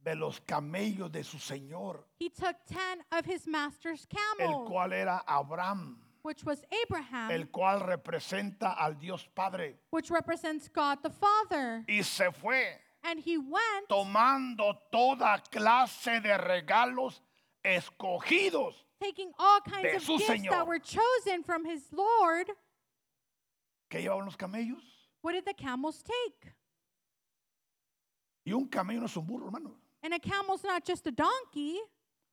de los camellos de su Señor, He took 10 of his master's el camels, cual era Abraham, which was Abraham, el cual representa al Dios Padre, which represents God the Father. y se fue And he went tomando toda clase de regalos escogidos taking all kinds de of su gifts Señor. that were chosen from his Lord que llevaban los camellos What did the camels take? Y un camello no es un burro, hermano. And a camel's not just a donkey.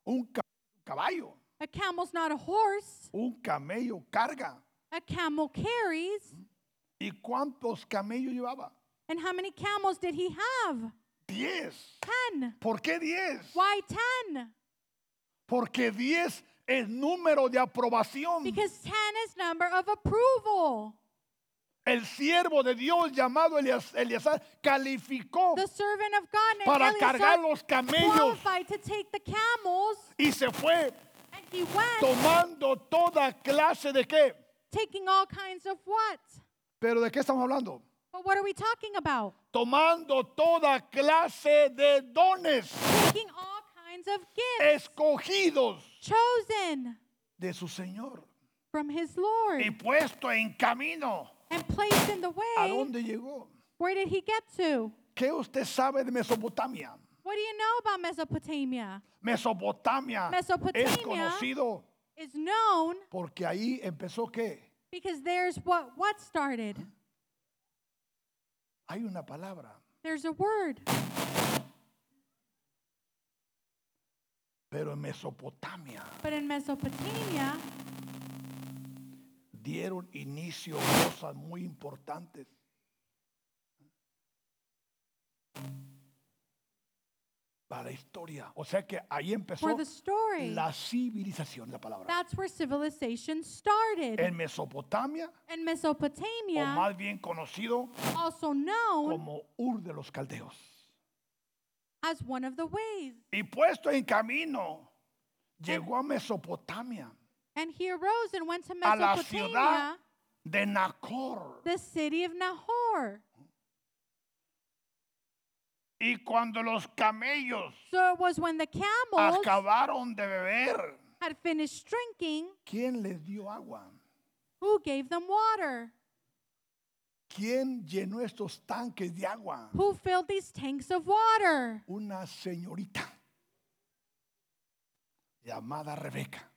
Un ca- caballo. A camel's not a horse. Un camello carga. A camel carries. ¿Y cuántos camellos llevaba? And how many camels did he have? Diez. Ten. ¿Por qué diez? Why ten? Porque diez es número de aprobación. Because ten is number of approval. El siervo de Dios llamado Elias- Eleazar calificó The servant of God named para cargar Eleazar los camellos qualified to take the camels, y se fue and he went tomando toda clase de qué. taking all kinds of what? Pero ¿de qué estamos hablando? But what are we talking about? Tomando toda clase de dones Taking all kinds of gifts, escogidos chosen de su Señor from his y Lord puesto en camino. and placed in the ¿A way. dónde llegó? Where did he get to? ¿Qué usted sabe de Mesopotamia? What do you know about Mesopotamia? Mesopotamia, es Mesopotamia. conocido Is known porque ahí empezó qué? because there's what what started. Hay una palabra, There's a word, pero en Mesopotamia but in Mesopotamia, dieron inicio cosas muy importantes. Para la historia. O sea que ahí empezó for the story, la civilización, la palabra. that's where civilization started. En Mesopotamia, And o Mesopotamia, más bien conocido also known como Ur de los Caldeos. as one of the ways. Y puesto en camino, llegó a Mesopotamia, And he arose and went to a la ciudad Mesopotamia, de Nacor. the city of Nahor. Y cuando los camellos So it was when the camels acabaron de beber, had finished drinking, ¿quién les dio agua? who gave them water? ¿Quién llenó estos tanques de agua? Who filled these tanks of water? Una señorita llamada Rebeca,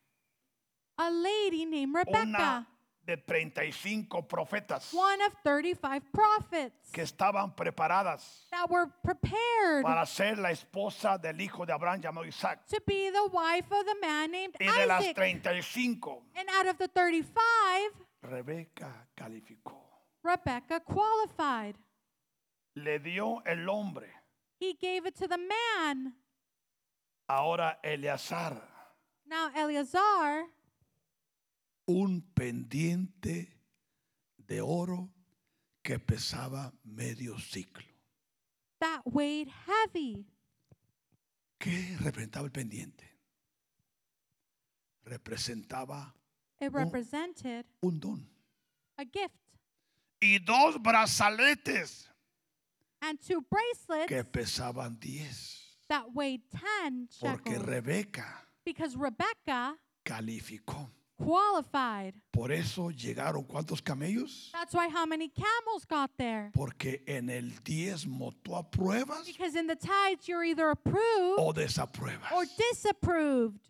A lady named Rebecca, una de 35 profetas one of 35 prophets que estaban preparadas that were prepared para ser la esposa del hijo de Abraham llamado Isaac. to be the wife of the man named Y de las Isaac. 35, And out of the 35, Rebeca calificó. Rebecca qualified. Le dio el hombre. He gave it to the man. Ahora Eleazar, Now Eleazar un pendiente de oro que pesaba medio ciclo. that weighed heavy. ¿Qué representaba el pendiente? Representaba It represented un don. a gift Y dos brazaletes and two que bracelets pesaban 10. that weighed 10 Porque shekels Rebeca because Rebecca calificó. qualified. Por eso llegaron cuántos camellos? That's why how many camels got there? Porque en el diezmo tú apruebas Because in the tides you're either approved o desapruebas. or disapproved.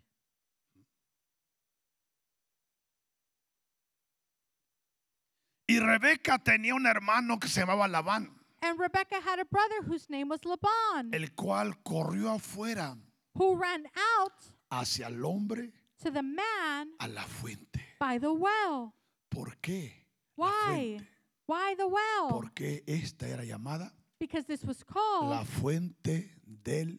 Y Rebeca tenía un hermano que se llamaba Labán. And Rebecca had a brother whose name was Laban, el cual corrió afuera who ran out hacia el hombre to the man a la fuente. by the well. ¿Por qué? la Why? Oh. fuente? Why the well? Porque esta era llamada Because this was la called fuente del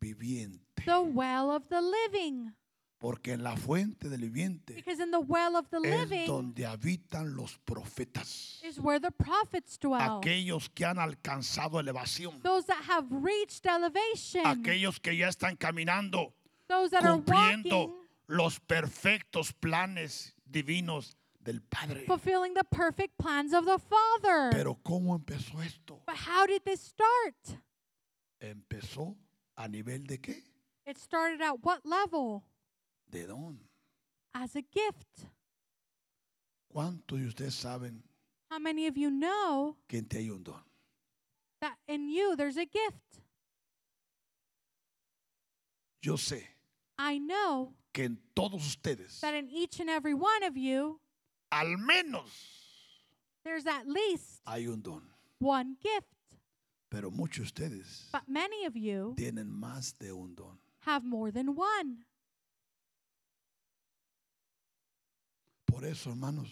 viviente. the well of the living. Porque en la fuente del viviente Because in the well of the es living donde habitan los profetas, is where the prophets dwell. aquellos que han alcanzado elevación, Those that have reached elevation, aquellos que ya están caminando, those that are walking, cumpliendo los perfectos planes divinos del Padre. fulfilling the perfect plans of the Father. Pero ¿cómo empezó esto? But how did this start? Empezó a nivel de qué? It started at what level? De don. As a gift. ¿Cuántos de ustedes saben How many of you know que en ti hay un don? that in you there's a gift? Yo sé I know que en todos ustedes, that in each and every one of you, al menos There's at least hay un don. one gift. Pero muchos de ustedes But many of you tienen más de un don. have more than one. Por eso, hermanos,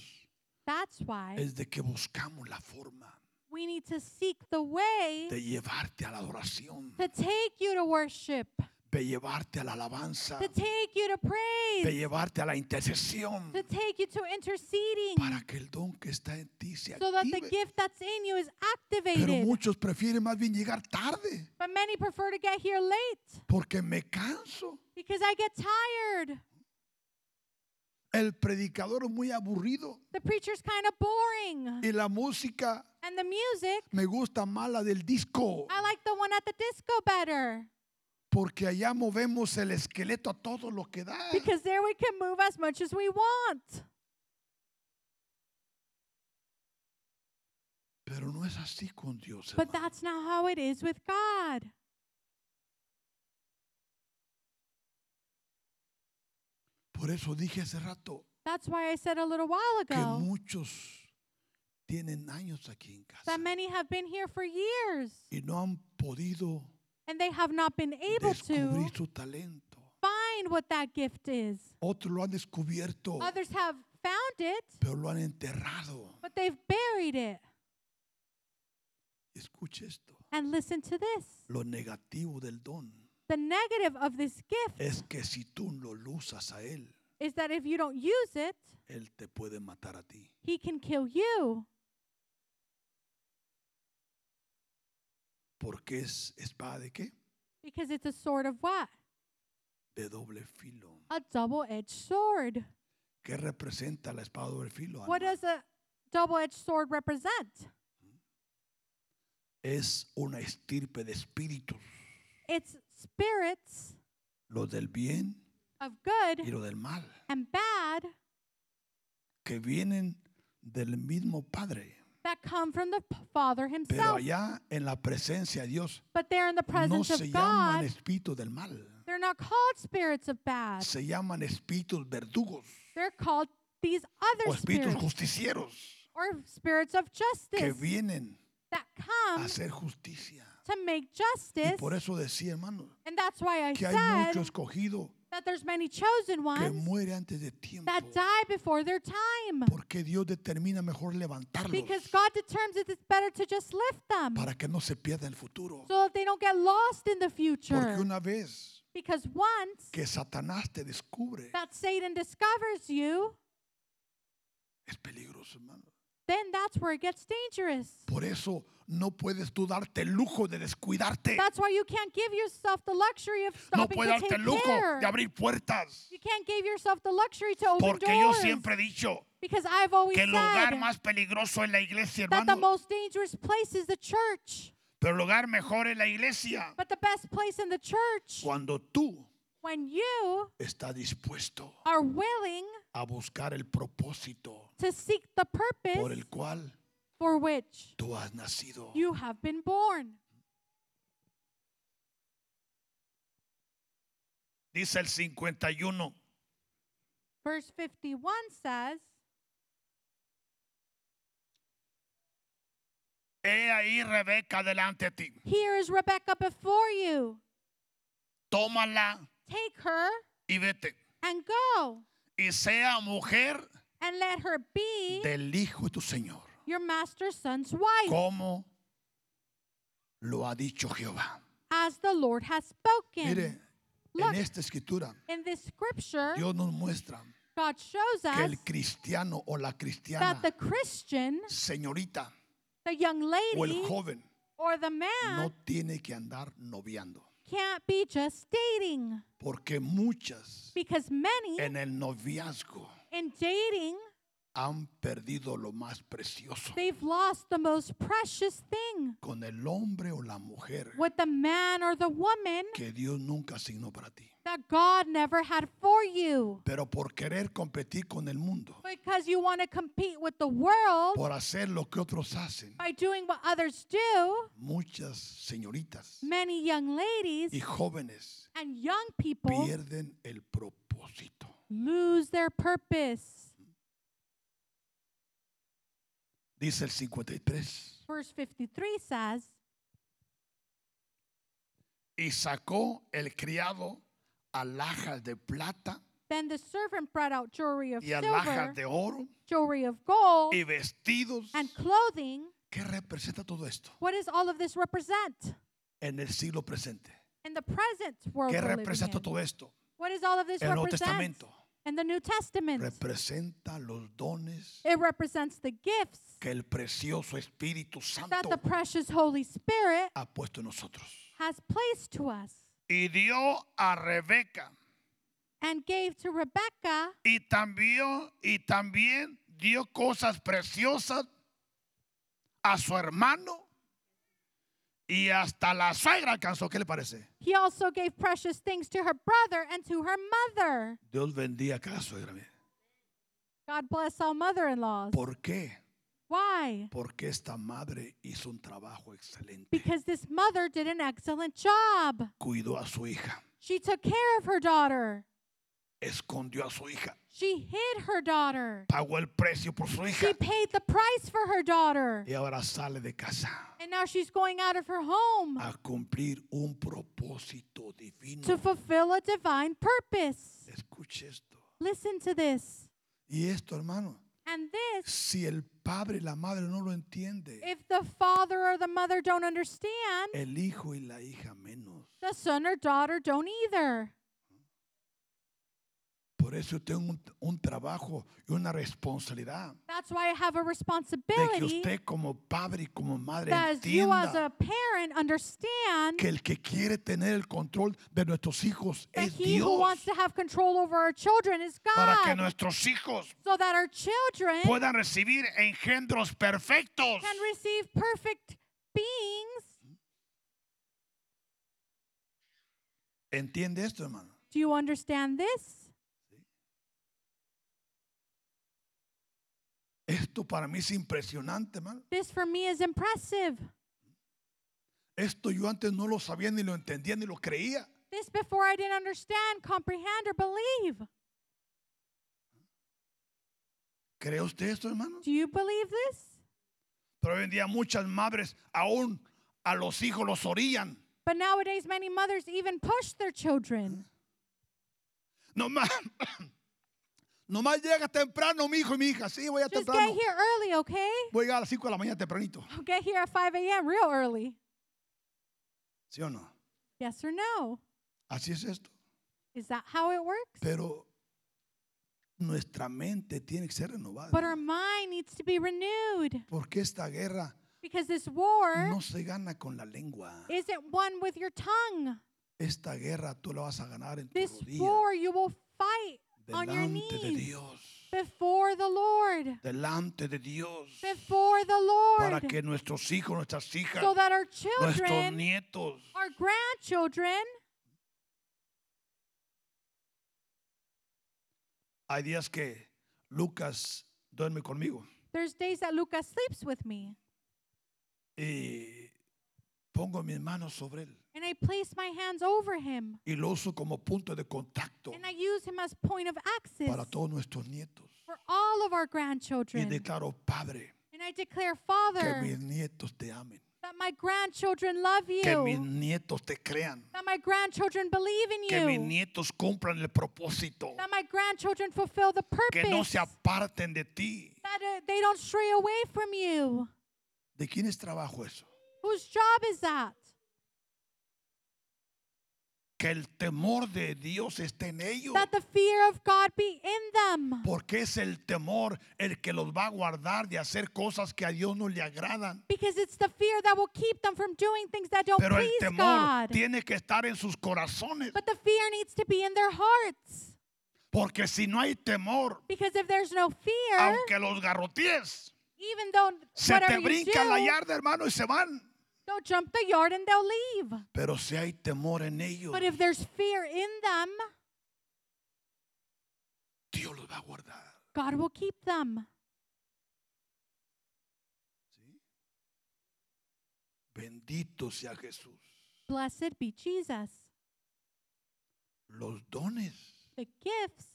That's why es de que buscamos la forma we need to seek the way de llevarte a la adoración, to take you to worship, de llevarte a la alabanza, to take you to de praise, llevarte a la intercesión, to take you to interceding, para que el don que está en ti se so that the active. gift that's in you is Pero activated. muchos prefieren más bien llegar tarde, But many prefer to get here late porque me canso. because I get tired. El predicador es muy aburrido The preacher's kind of boring. y la música And the music, me gusta más la del disco, I like the one at the disco better porque allá movemos el esqueleto a todo lo que da. because there we can move as much as we want. Pero no es así con Dios. But hermano. that's not how it is with God. Por eso dije hace rato That's why I said a little while que ago muchos tienen años aquí en casa that many have been here for years y no han podido and they have not been able to descubrir su talento. find what that gift is. Otros lo han descubierto, Others have found it, pero lo han enterrado. but they've buried it. Escuche esto. And listen to this Lo negativo del don the negative of this gift es que si tú no lo usas a él, is that if you don't use it, él te puede matar a ti. he can kill you Porque es espada de qué? because it's a sword of what? De doble filo. A double edged sword. ¿Qué representa la espada de doble filo? What Ana? does a double edged sword represent? Es una estirpe de espíritus, It's spirits lo del bien of y good lo del mal, and bad que vienen del mismo Padre. that come from the P- Father Pero Himself. allá en la presencia de Dios But they're in the no presence se of llaman God. espíritus del mal, They're not called spirits of bad. se llaman espíritus verdugos They're called these o other espíritus spirits justicieros or spirits of que justice vienen that a come hacer justicia. to make Y justice. por eso decía, hermano, And that's why I que hay mucho said escogido that there's many chosen que ones muere antes de tiempo. that die before their time. Porque Dios determina mejor levantarlos Because God determines it is better to just lift them para que no se pierda el futuro. so that they don't get lost in the Porque future. una vez Because once que Satanás te descubre, that Satan discovers you, es peligroso, hermano. then that's where it gets dangerous. Por eso no puedes tú darte el lujo de descuidarte. That's why you can't give yourself the luxury of No stopping puedes to darte el take lujo care. de abrir puertas. You can't give yourself the luxury to open Porque yo doors. siempre he dicho because I've always que el said lugar más peligroso es la iglesia, that the hermano. most dangerous place is the church, Pero el lugar mejor es la iglesia. but the best place in the church Cuando tú when you estás dispuesto are willing a buscar el propósito to seek the por purpose el cual for which tú has nacido. you have been born. Dice el 51. Verse 51 says, He ahí Rebeca delante de ti. Here is Rebecca before you. Tómala Take her y vete. and go, Y sea mujer and let her be Del Hijo de tu Señor. your master's son's wife, Como lo ha dicho Jehová. as the Lord has spoken. Mire, en Look. esta escritura In this scripture, Dios nos muestra God shows que us el cristiano o la cristiana, that the Christian, señorita the young o el lady, joven or the man no tiene que andar noviando, can't be just dating porque muchas because many en el noviazgo in dating han perdido lo más precioso they've lost the most precious thing con el hombre o la mujer with the man or the woman que Dios nunca asignó para ti. that God never had for you. Pero por querer competir con el mundo, Because you want to compete with the world por hacer lo que otros hacen, by doing what others do, muchas señoritas many young y ladies jóvenes and young people pierden el propósito. lose their purpose. Dice el 53. Verse 53 says, Y sacó el criado alhajas de plata Then the servant brought out jewelry of y alhajas silver, de oro jewelry of gold, y vestidos. and clothing. ¿Qué representa todo esto What does all of this represent en el siglo presente? in the present world? ¿Qué we're living representa in? todo esto What does all of this en el Nuevo represent Testamento? in the New Testament? Representa los dones It represents the gifts que el precioso Espíritu that Santo the precious Holy Spirit ha puesto en nosotros. has placed to us Y dio a Rebeca. and gave to Rebecca, Y también, y también dio cosas preciosas a su hermano y hasta la suegra alcanzó. ¿Qué le parece? he also gave precious things to her brother and to her mother. Dios bendiga a cada suegra. mire. God bless all mother in laws. ¿Por qué? Why? Porque esta madre hizo un trabajo excelente. Because this mother did an excellent job. Cuidó a su hija, She took care of her daughter. escondió a su hija, She hid her daughter. pagó el precio por su hija She paid the price for her daughter. y ahora sale de casa And now she's going out of her home a cumplir un propósito to divino. fulfill a divine purpose. Escuche esto. Listen to this. Y esto, hermano, And this, si el padre y la madre no lo entiende, if the father or the mother don't understand, el hijo y la hija menos. the son or daughter don't either. Por eso tengo un, un trabajo y una responsabilidad That's why I have a de que responsibility usted como padre y como madre that as you as entienda a parent understand que el que quiere tener el control de nuestros hijos that es he who Dios wants to have control over our children is Para que God. nuestros hijos So that our children puedan recibir engendros perfectos. can receive perfect beings. entiende esto hermano Do you understand this? esto para mí es impresionante hermano This for me is impressive. esto yo antes no lo sabía ni lo entendía ni lo creía This before I didn't understand, comprehend, or believe. cree usted esto hermano Do you believe this? pero hoy en día muchas madres aún a los hijos los orillan But nowadays, many mothers even push their children. nomás nomás llega temprano mi hijo y mi hija sí voy a Just temprano get here early, okay? voy a llegar a las 5 de la mañana tempranito I'll Get here at 5 a.m. real early. sí o no Yes or no? así es esto Is that how it works? pero nuestra mente tiene que ser renovada But our mind needs to be renewed porque esta guerra because this war no se gana con la lengua. isn't won with your tongue. Esta guerra tú la vas a ganar en tu This rodilla war you will fight on your delante de knees. Dios, before the Lord, delante de Dios, before the para Lord, que nuestros hijos, nuestras hijas, so that our nuestros children, nietos our grandchildren, Hay días que Lucas duerme conmigo there's days that Lucas sleeps with me, y pongo mis manos sobre él and I place my hands over him, y lo uso como punto de contacto and I use him as point of para access todos nuestros nietos. for all of our Y grandchildren. declaro, Padre, And I declare, que Father, mis nietos te amen, that my grandchildren love que mis you, nietos te crean, that my grandchildren believe Que mis in you, nietos cumplan el propósito. that my grandchildren fulfill the Que no purpose, se that aparten de ti. uh, they don't stray away from you. ¿De quién es trabajo eso? Whose job is that? Que el temor de Dios esté en ellos. that the fear of God be in them. Porque es el temor el que los va a guardar de hacer cosas que a Dios no le agradan. Because it's the fear that will keep them from doing things that don't Pero el Oh, please temor God. tiene que estar en sus corazones. But the fear needs to be in their hearts. Porque si no hay temor, Because if there's no fear, aunque los garrotees, even though se te whatever you do, brinca la yarda, hermano, y se van. they'll jump the yard and they'll leave. Pero si hay temor en ellos, But if there's fear in them, Dios los va a guardar. God will keep them. Bendito sea Jesús. Blessed be Jesus. Los dones The gifts,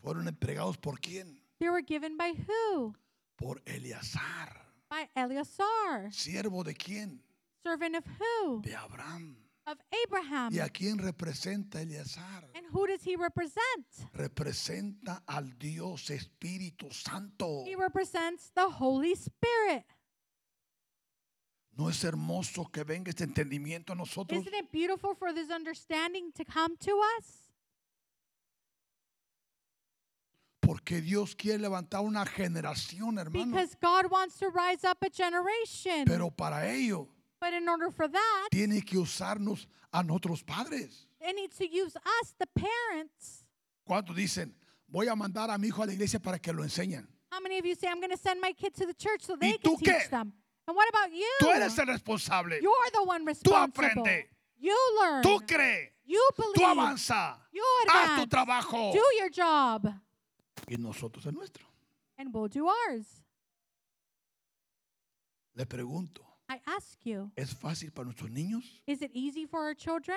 fueron entregados por quién? they were given by who? Por Eleazar. by Eleazar, ¿Siervo de quién? servant of who? De Abraham. Of Abraham. ¿Y a quién representa Eleazar? And who does he represent? Representa al Dios Espíritu Santo. He represents the Holy Spirit. ¿No es hermoso que venga este entendimiento a nosotros? Isn't it beautiful for this understanding to come to us? Porque Dios quiere levantar una generación, hermano. Because God wants to rise up a generation. Pero para ello but in order for that, tiene que usarnos a nuestros padres. it needs to use us, the parents. ¿Cuántos dicen, voy a mandar a mi hijo a la iglesia para que lo enseñen? How many of you say, I'm going to send my kid to the church so they tú can teach qué? them? And what about you? Tú eres el responsable. You're the one responsible. aprende. You learn. Tú cree. you Tú believe. avanza. You Haz tu advance. trabajo. Do your job. Y nosotros el nuestro. And we'll do ours. Le pregunto, I ask you, ¿es fácil para nuestros niños? is it easy for our children?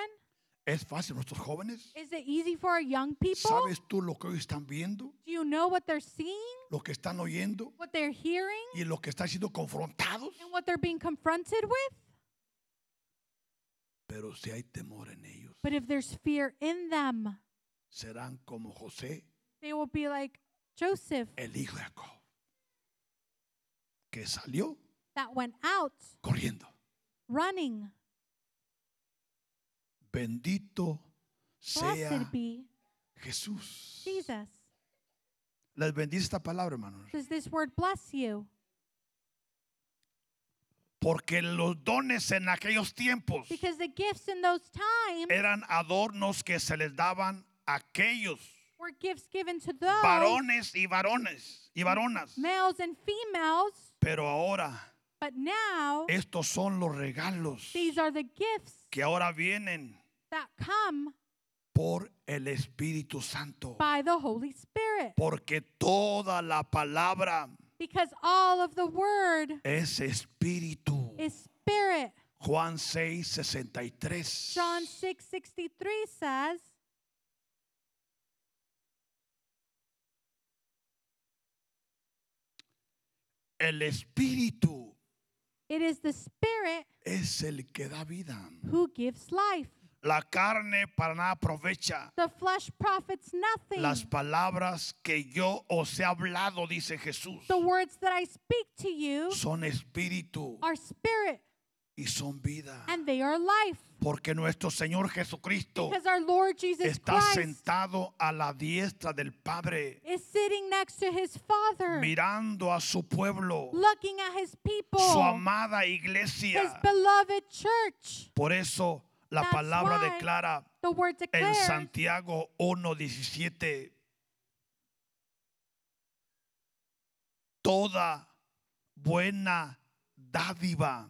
¿Es fácil para nuestros jóvenes? Is it easy for our young people? ¿Sabes tú lo que hoy están viendo? Do you know what they're seeing, ¿Lo que están oyendo? what they're hearing, ¿Y lo que están siendo confrontados? and what they're being confronted with? Pero si hay temor en ellos, But if there's fear in them, serán como José, they will be like Joseph el hijo de Jacob, que salió that went out corriendo. running. Bendito sea Blessed be Jesús. Jesus. Les bendice esta palabra, hermanos. Does this word bless you? Porque los dones en aquellos tiempos Because the gifts in those times eran adornos que se les daban a aquellos were gifts given to those varones y varones y varonas. males and females, Pero ahora but now estos son los regalos these are the gifts Eh, que ahora vienen that come por el Espíritu Santo. by the Holy Spirit. Porque toda la palabra Because all of the word es espíritu. is spirit. Juan 6, 63. John 6:63 says, El espíritu "It is the spirit es el que da vida. who gives life. La carne para nada aprovecha. The flesh profits nothing. Las palabras que yo os he hablado, dice Jesús, the words that I speak to you son espíritu are spirit y son vida. and they are life." Porque nuestro Señor Jesucristo Because our Lord Jesus está Christ sentado a la diestra del Padre, is sitting next to his Father, mirando a su pueblo. looking at his su people, amada his iglesia. beloved church. Por eso la That's palabra why declara The word en declares Santiago 1:17 toda buena dádiva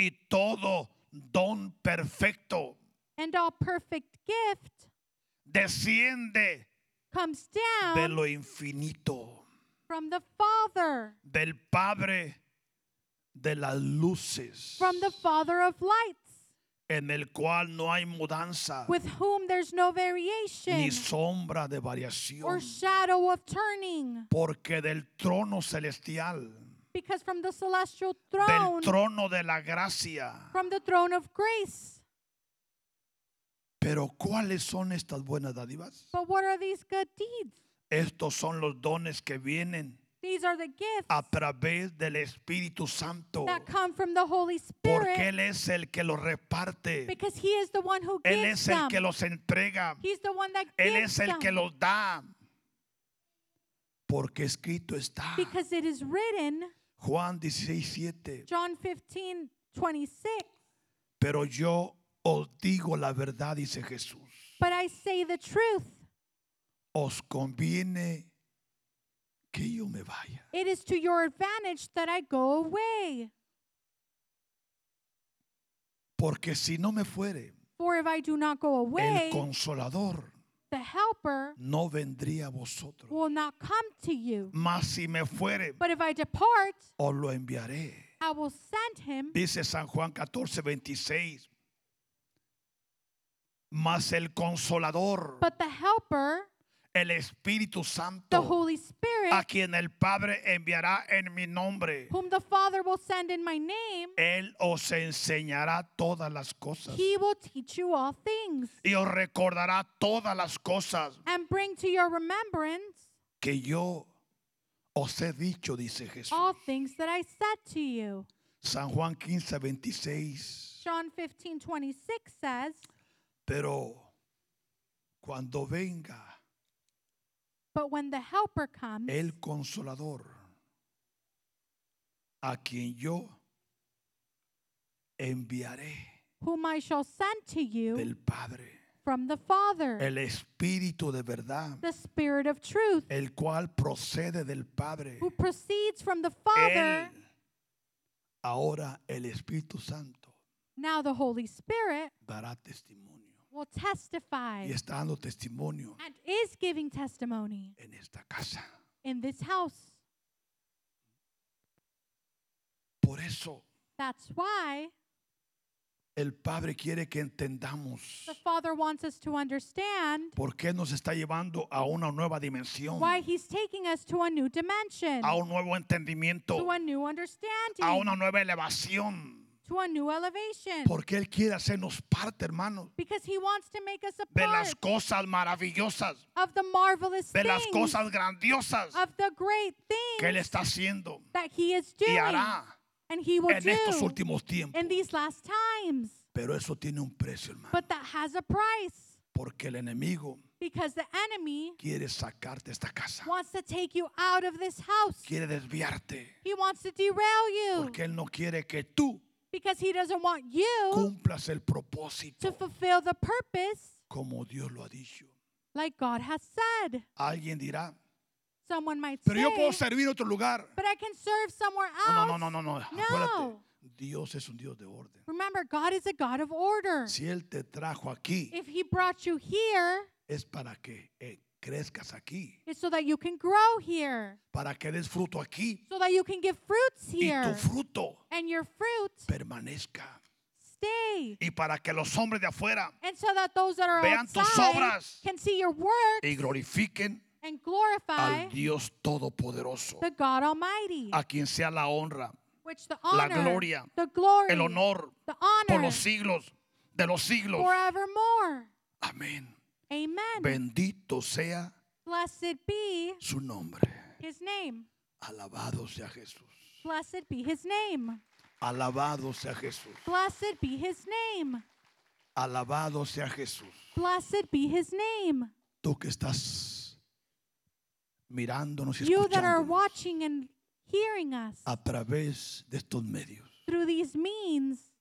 y todo don perfecto and all perfect gift desciende comes de down lo infinito from the Father, del Padre de las luces from the Father of lights, en el cual no hay mudanza with whom there's no ni variation sombra de or variación, shadow of turning. porque del trono celestial, Because from the celestial del throne, trono de la gracia. from the throne of grace. Pero ¿cuáles son estas buenas dádivas? But what are these good deeds? Estos son los dones que vienen These are the gifts a través del Espíritu Santo, that come from the Holy porque Spirit Él es el que los reparte, because He is the one who Él gives es el them. que los entrega, He's the one that Él gives es el que them. los da, porque escrito está. Because it is written, Juan 16, 7. John 15, 26, Pero yo os digo la verdad, dice Jesús. but I say the truth. Os conviene que yo me vaya. It is to your advantage that I go away. Porque si no me fuere, For if I do not go el away, consolador the Helper no vendría a vosotros. will not come to you. Mas si me fuere, But if I depart, os lo enviaré. I will send him. Dice San Juan 14, 26. Mas el consolador, But the Helper, el Espíritu the Santo, Holy Spirit, a quien el Padre enviará en mi nombre. whom the Father will send in my name, Él os enseñará todas las cosas he will teach you all things y os recordará todas las cosas and bring to your remembrance que yo os he dicho, dice Jesús. all things that I said to you. San Juan 15, 26. John 15, 26 says, Pero cuando venga But when the Helper comes, el consolador, a quien yo enviaré whom I shall send to you del Padre, from the Father, el Espíritu de verdad, the Spirit of truth, el cual procede del Padre, who proceeds from the Father, Él, ahora el Espíritu Santo, now the Holy Spirit, dará testimonio. will testify Y está dando testimonio and is giving testimony en esta casa. in this house. Por eso That's why el Padre quiere que entendamos the Father wants us to understand por qué nos está llevando a una nueva dimensión, why He's taking us to a new dimension, a un nuevo to entendimiento, a new a understanding, una nueva elevación. to a new elevation. Porque Él quiere hacernos parte, hermanos, Because He wants to make us a de part las cosas maravillosas, of the marvelous de las things, cosas grandiosas of the great things que Él está haciendo that He is doing y hará and He will en do estos últimos tiempos. in these last times. Pero eso tiene un precio, hermano, But that has a price porque el enemigo because the enemy quiere sacarte de esta casa, wants to take you out of this house. quiere desviarte. He wants to derail you Porque Él no quiere que tú because he doesn't want you cumplas el to propósito fulfill the purpose como Dios lo ha dicho. like God has said. Alguien dirá, Someone might pero yo puedo say, servir en otro lugar. but I can serve somewhere No, else. no, no, no, no, no. Acuérdate, Dios es un Dios de orden. Remember, God is a God of order. Si Él te trajo aquí, If he brought you here, es para que eh, crezcas aquí, it's so that you can grow here, para que des fruto aquí so that you can give fruits y tu here, fruto and your fruit permanezca. stay. Y para que los hombres de afuera And so that those that are Vean tus outside obras. can see your work y glorifiquen and glorify al Dios Todopoderoso, the God Almighty, a quien sea la honra, which the la honor, gloria, the glory, el honor the por honor los siglos de los siglos. forevermore. Amén. Amen. Bendito sea Blessed be su nombre. his name. Alabado sea Jesús. Blessed be his name. Alabado sea Jesús. Blessed be his name. Alabado sea Jesús. Blessed be his name. Tú que estás mirándonos y You that are escuchándonos watching and hearing us a través de estos medios. through these means,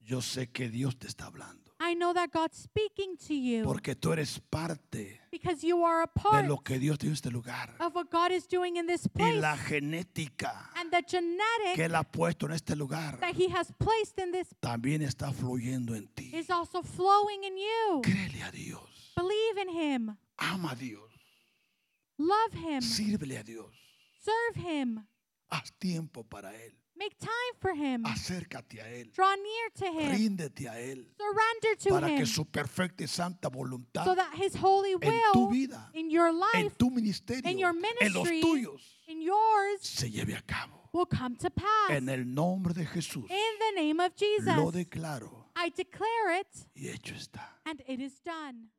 Yo sé que Dios te está hablando. I know that God's speaking to you Porque tú eres parte because you are a de part lo que Dios tiene en este lugar. of what God is doing in this Y place la genética and the que genetic Él ha puesto en este lugar that he has placed in this también está fluyendo en ti. is also flowing in you. Créele a Dios. Believe in him. Ama a Dios. Love him. Sírvele a Dios. Serve him. Haz tiempo para Él. Make time for him. Acércate a Él. Draw near to him. Ríndete a Él. Surrender to Para que him su perfecta y santa voluntad so that his holy en tu will vida, in your en life, tu ministerio, in your en los ministry, tuyos, in yours, se lleve a cabo. will come to pass. En In el nombre de Jesús the name of lo Ah. Jesus, declaro I declare it, y hecho está. and it is done.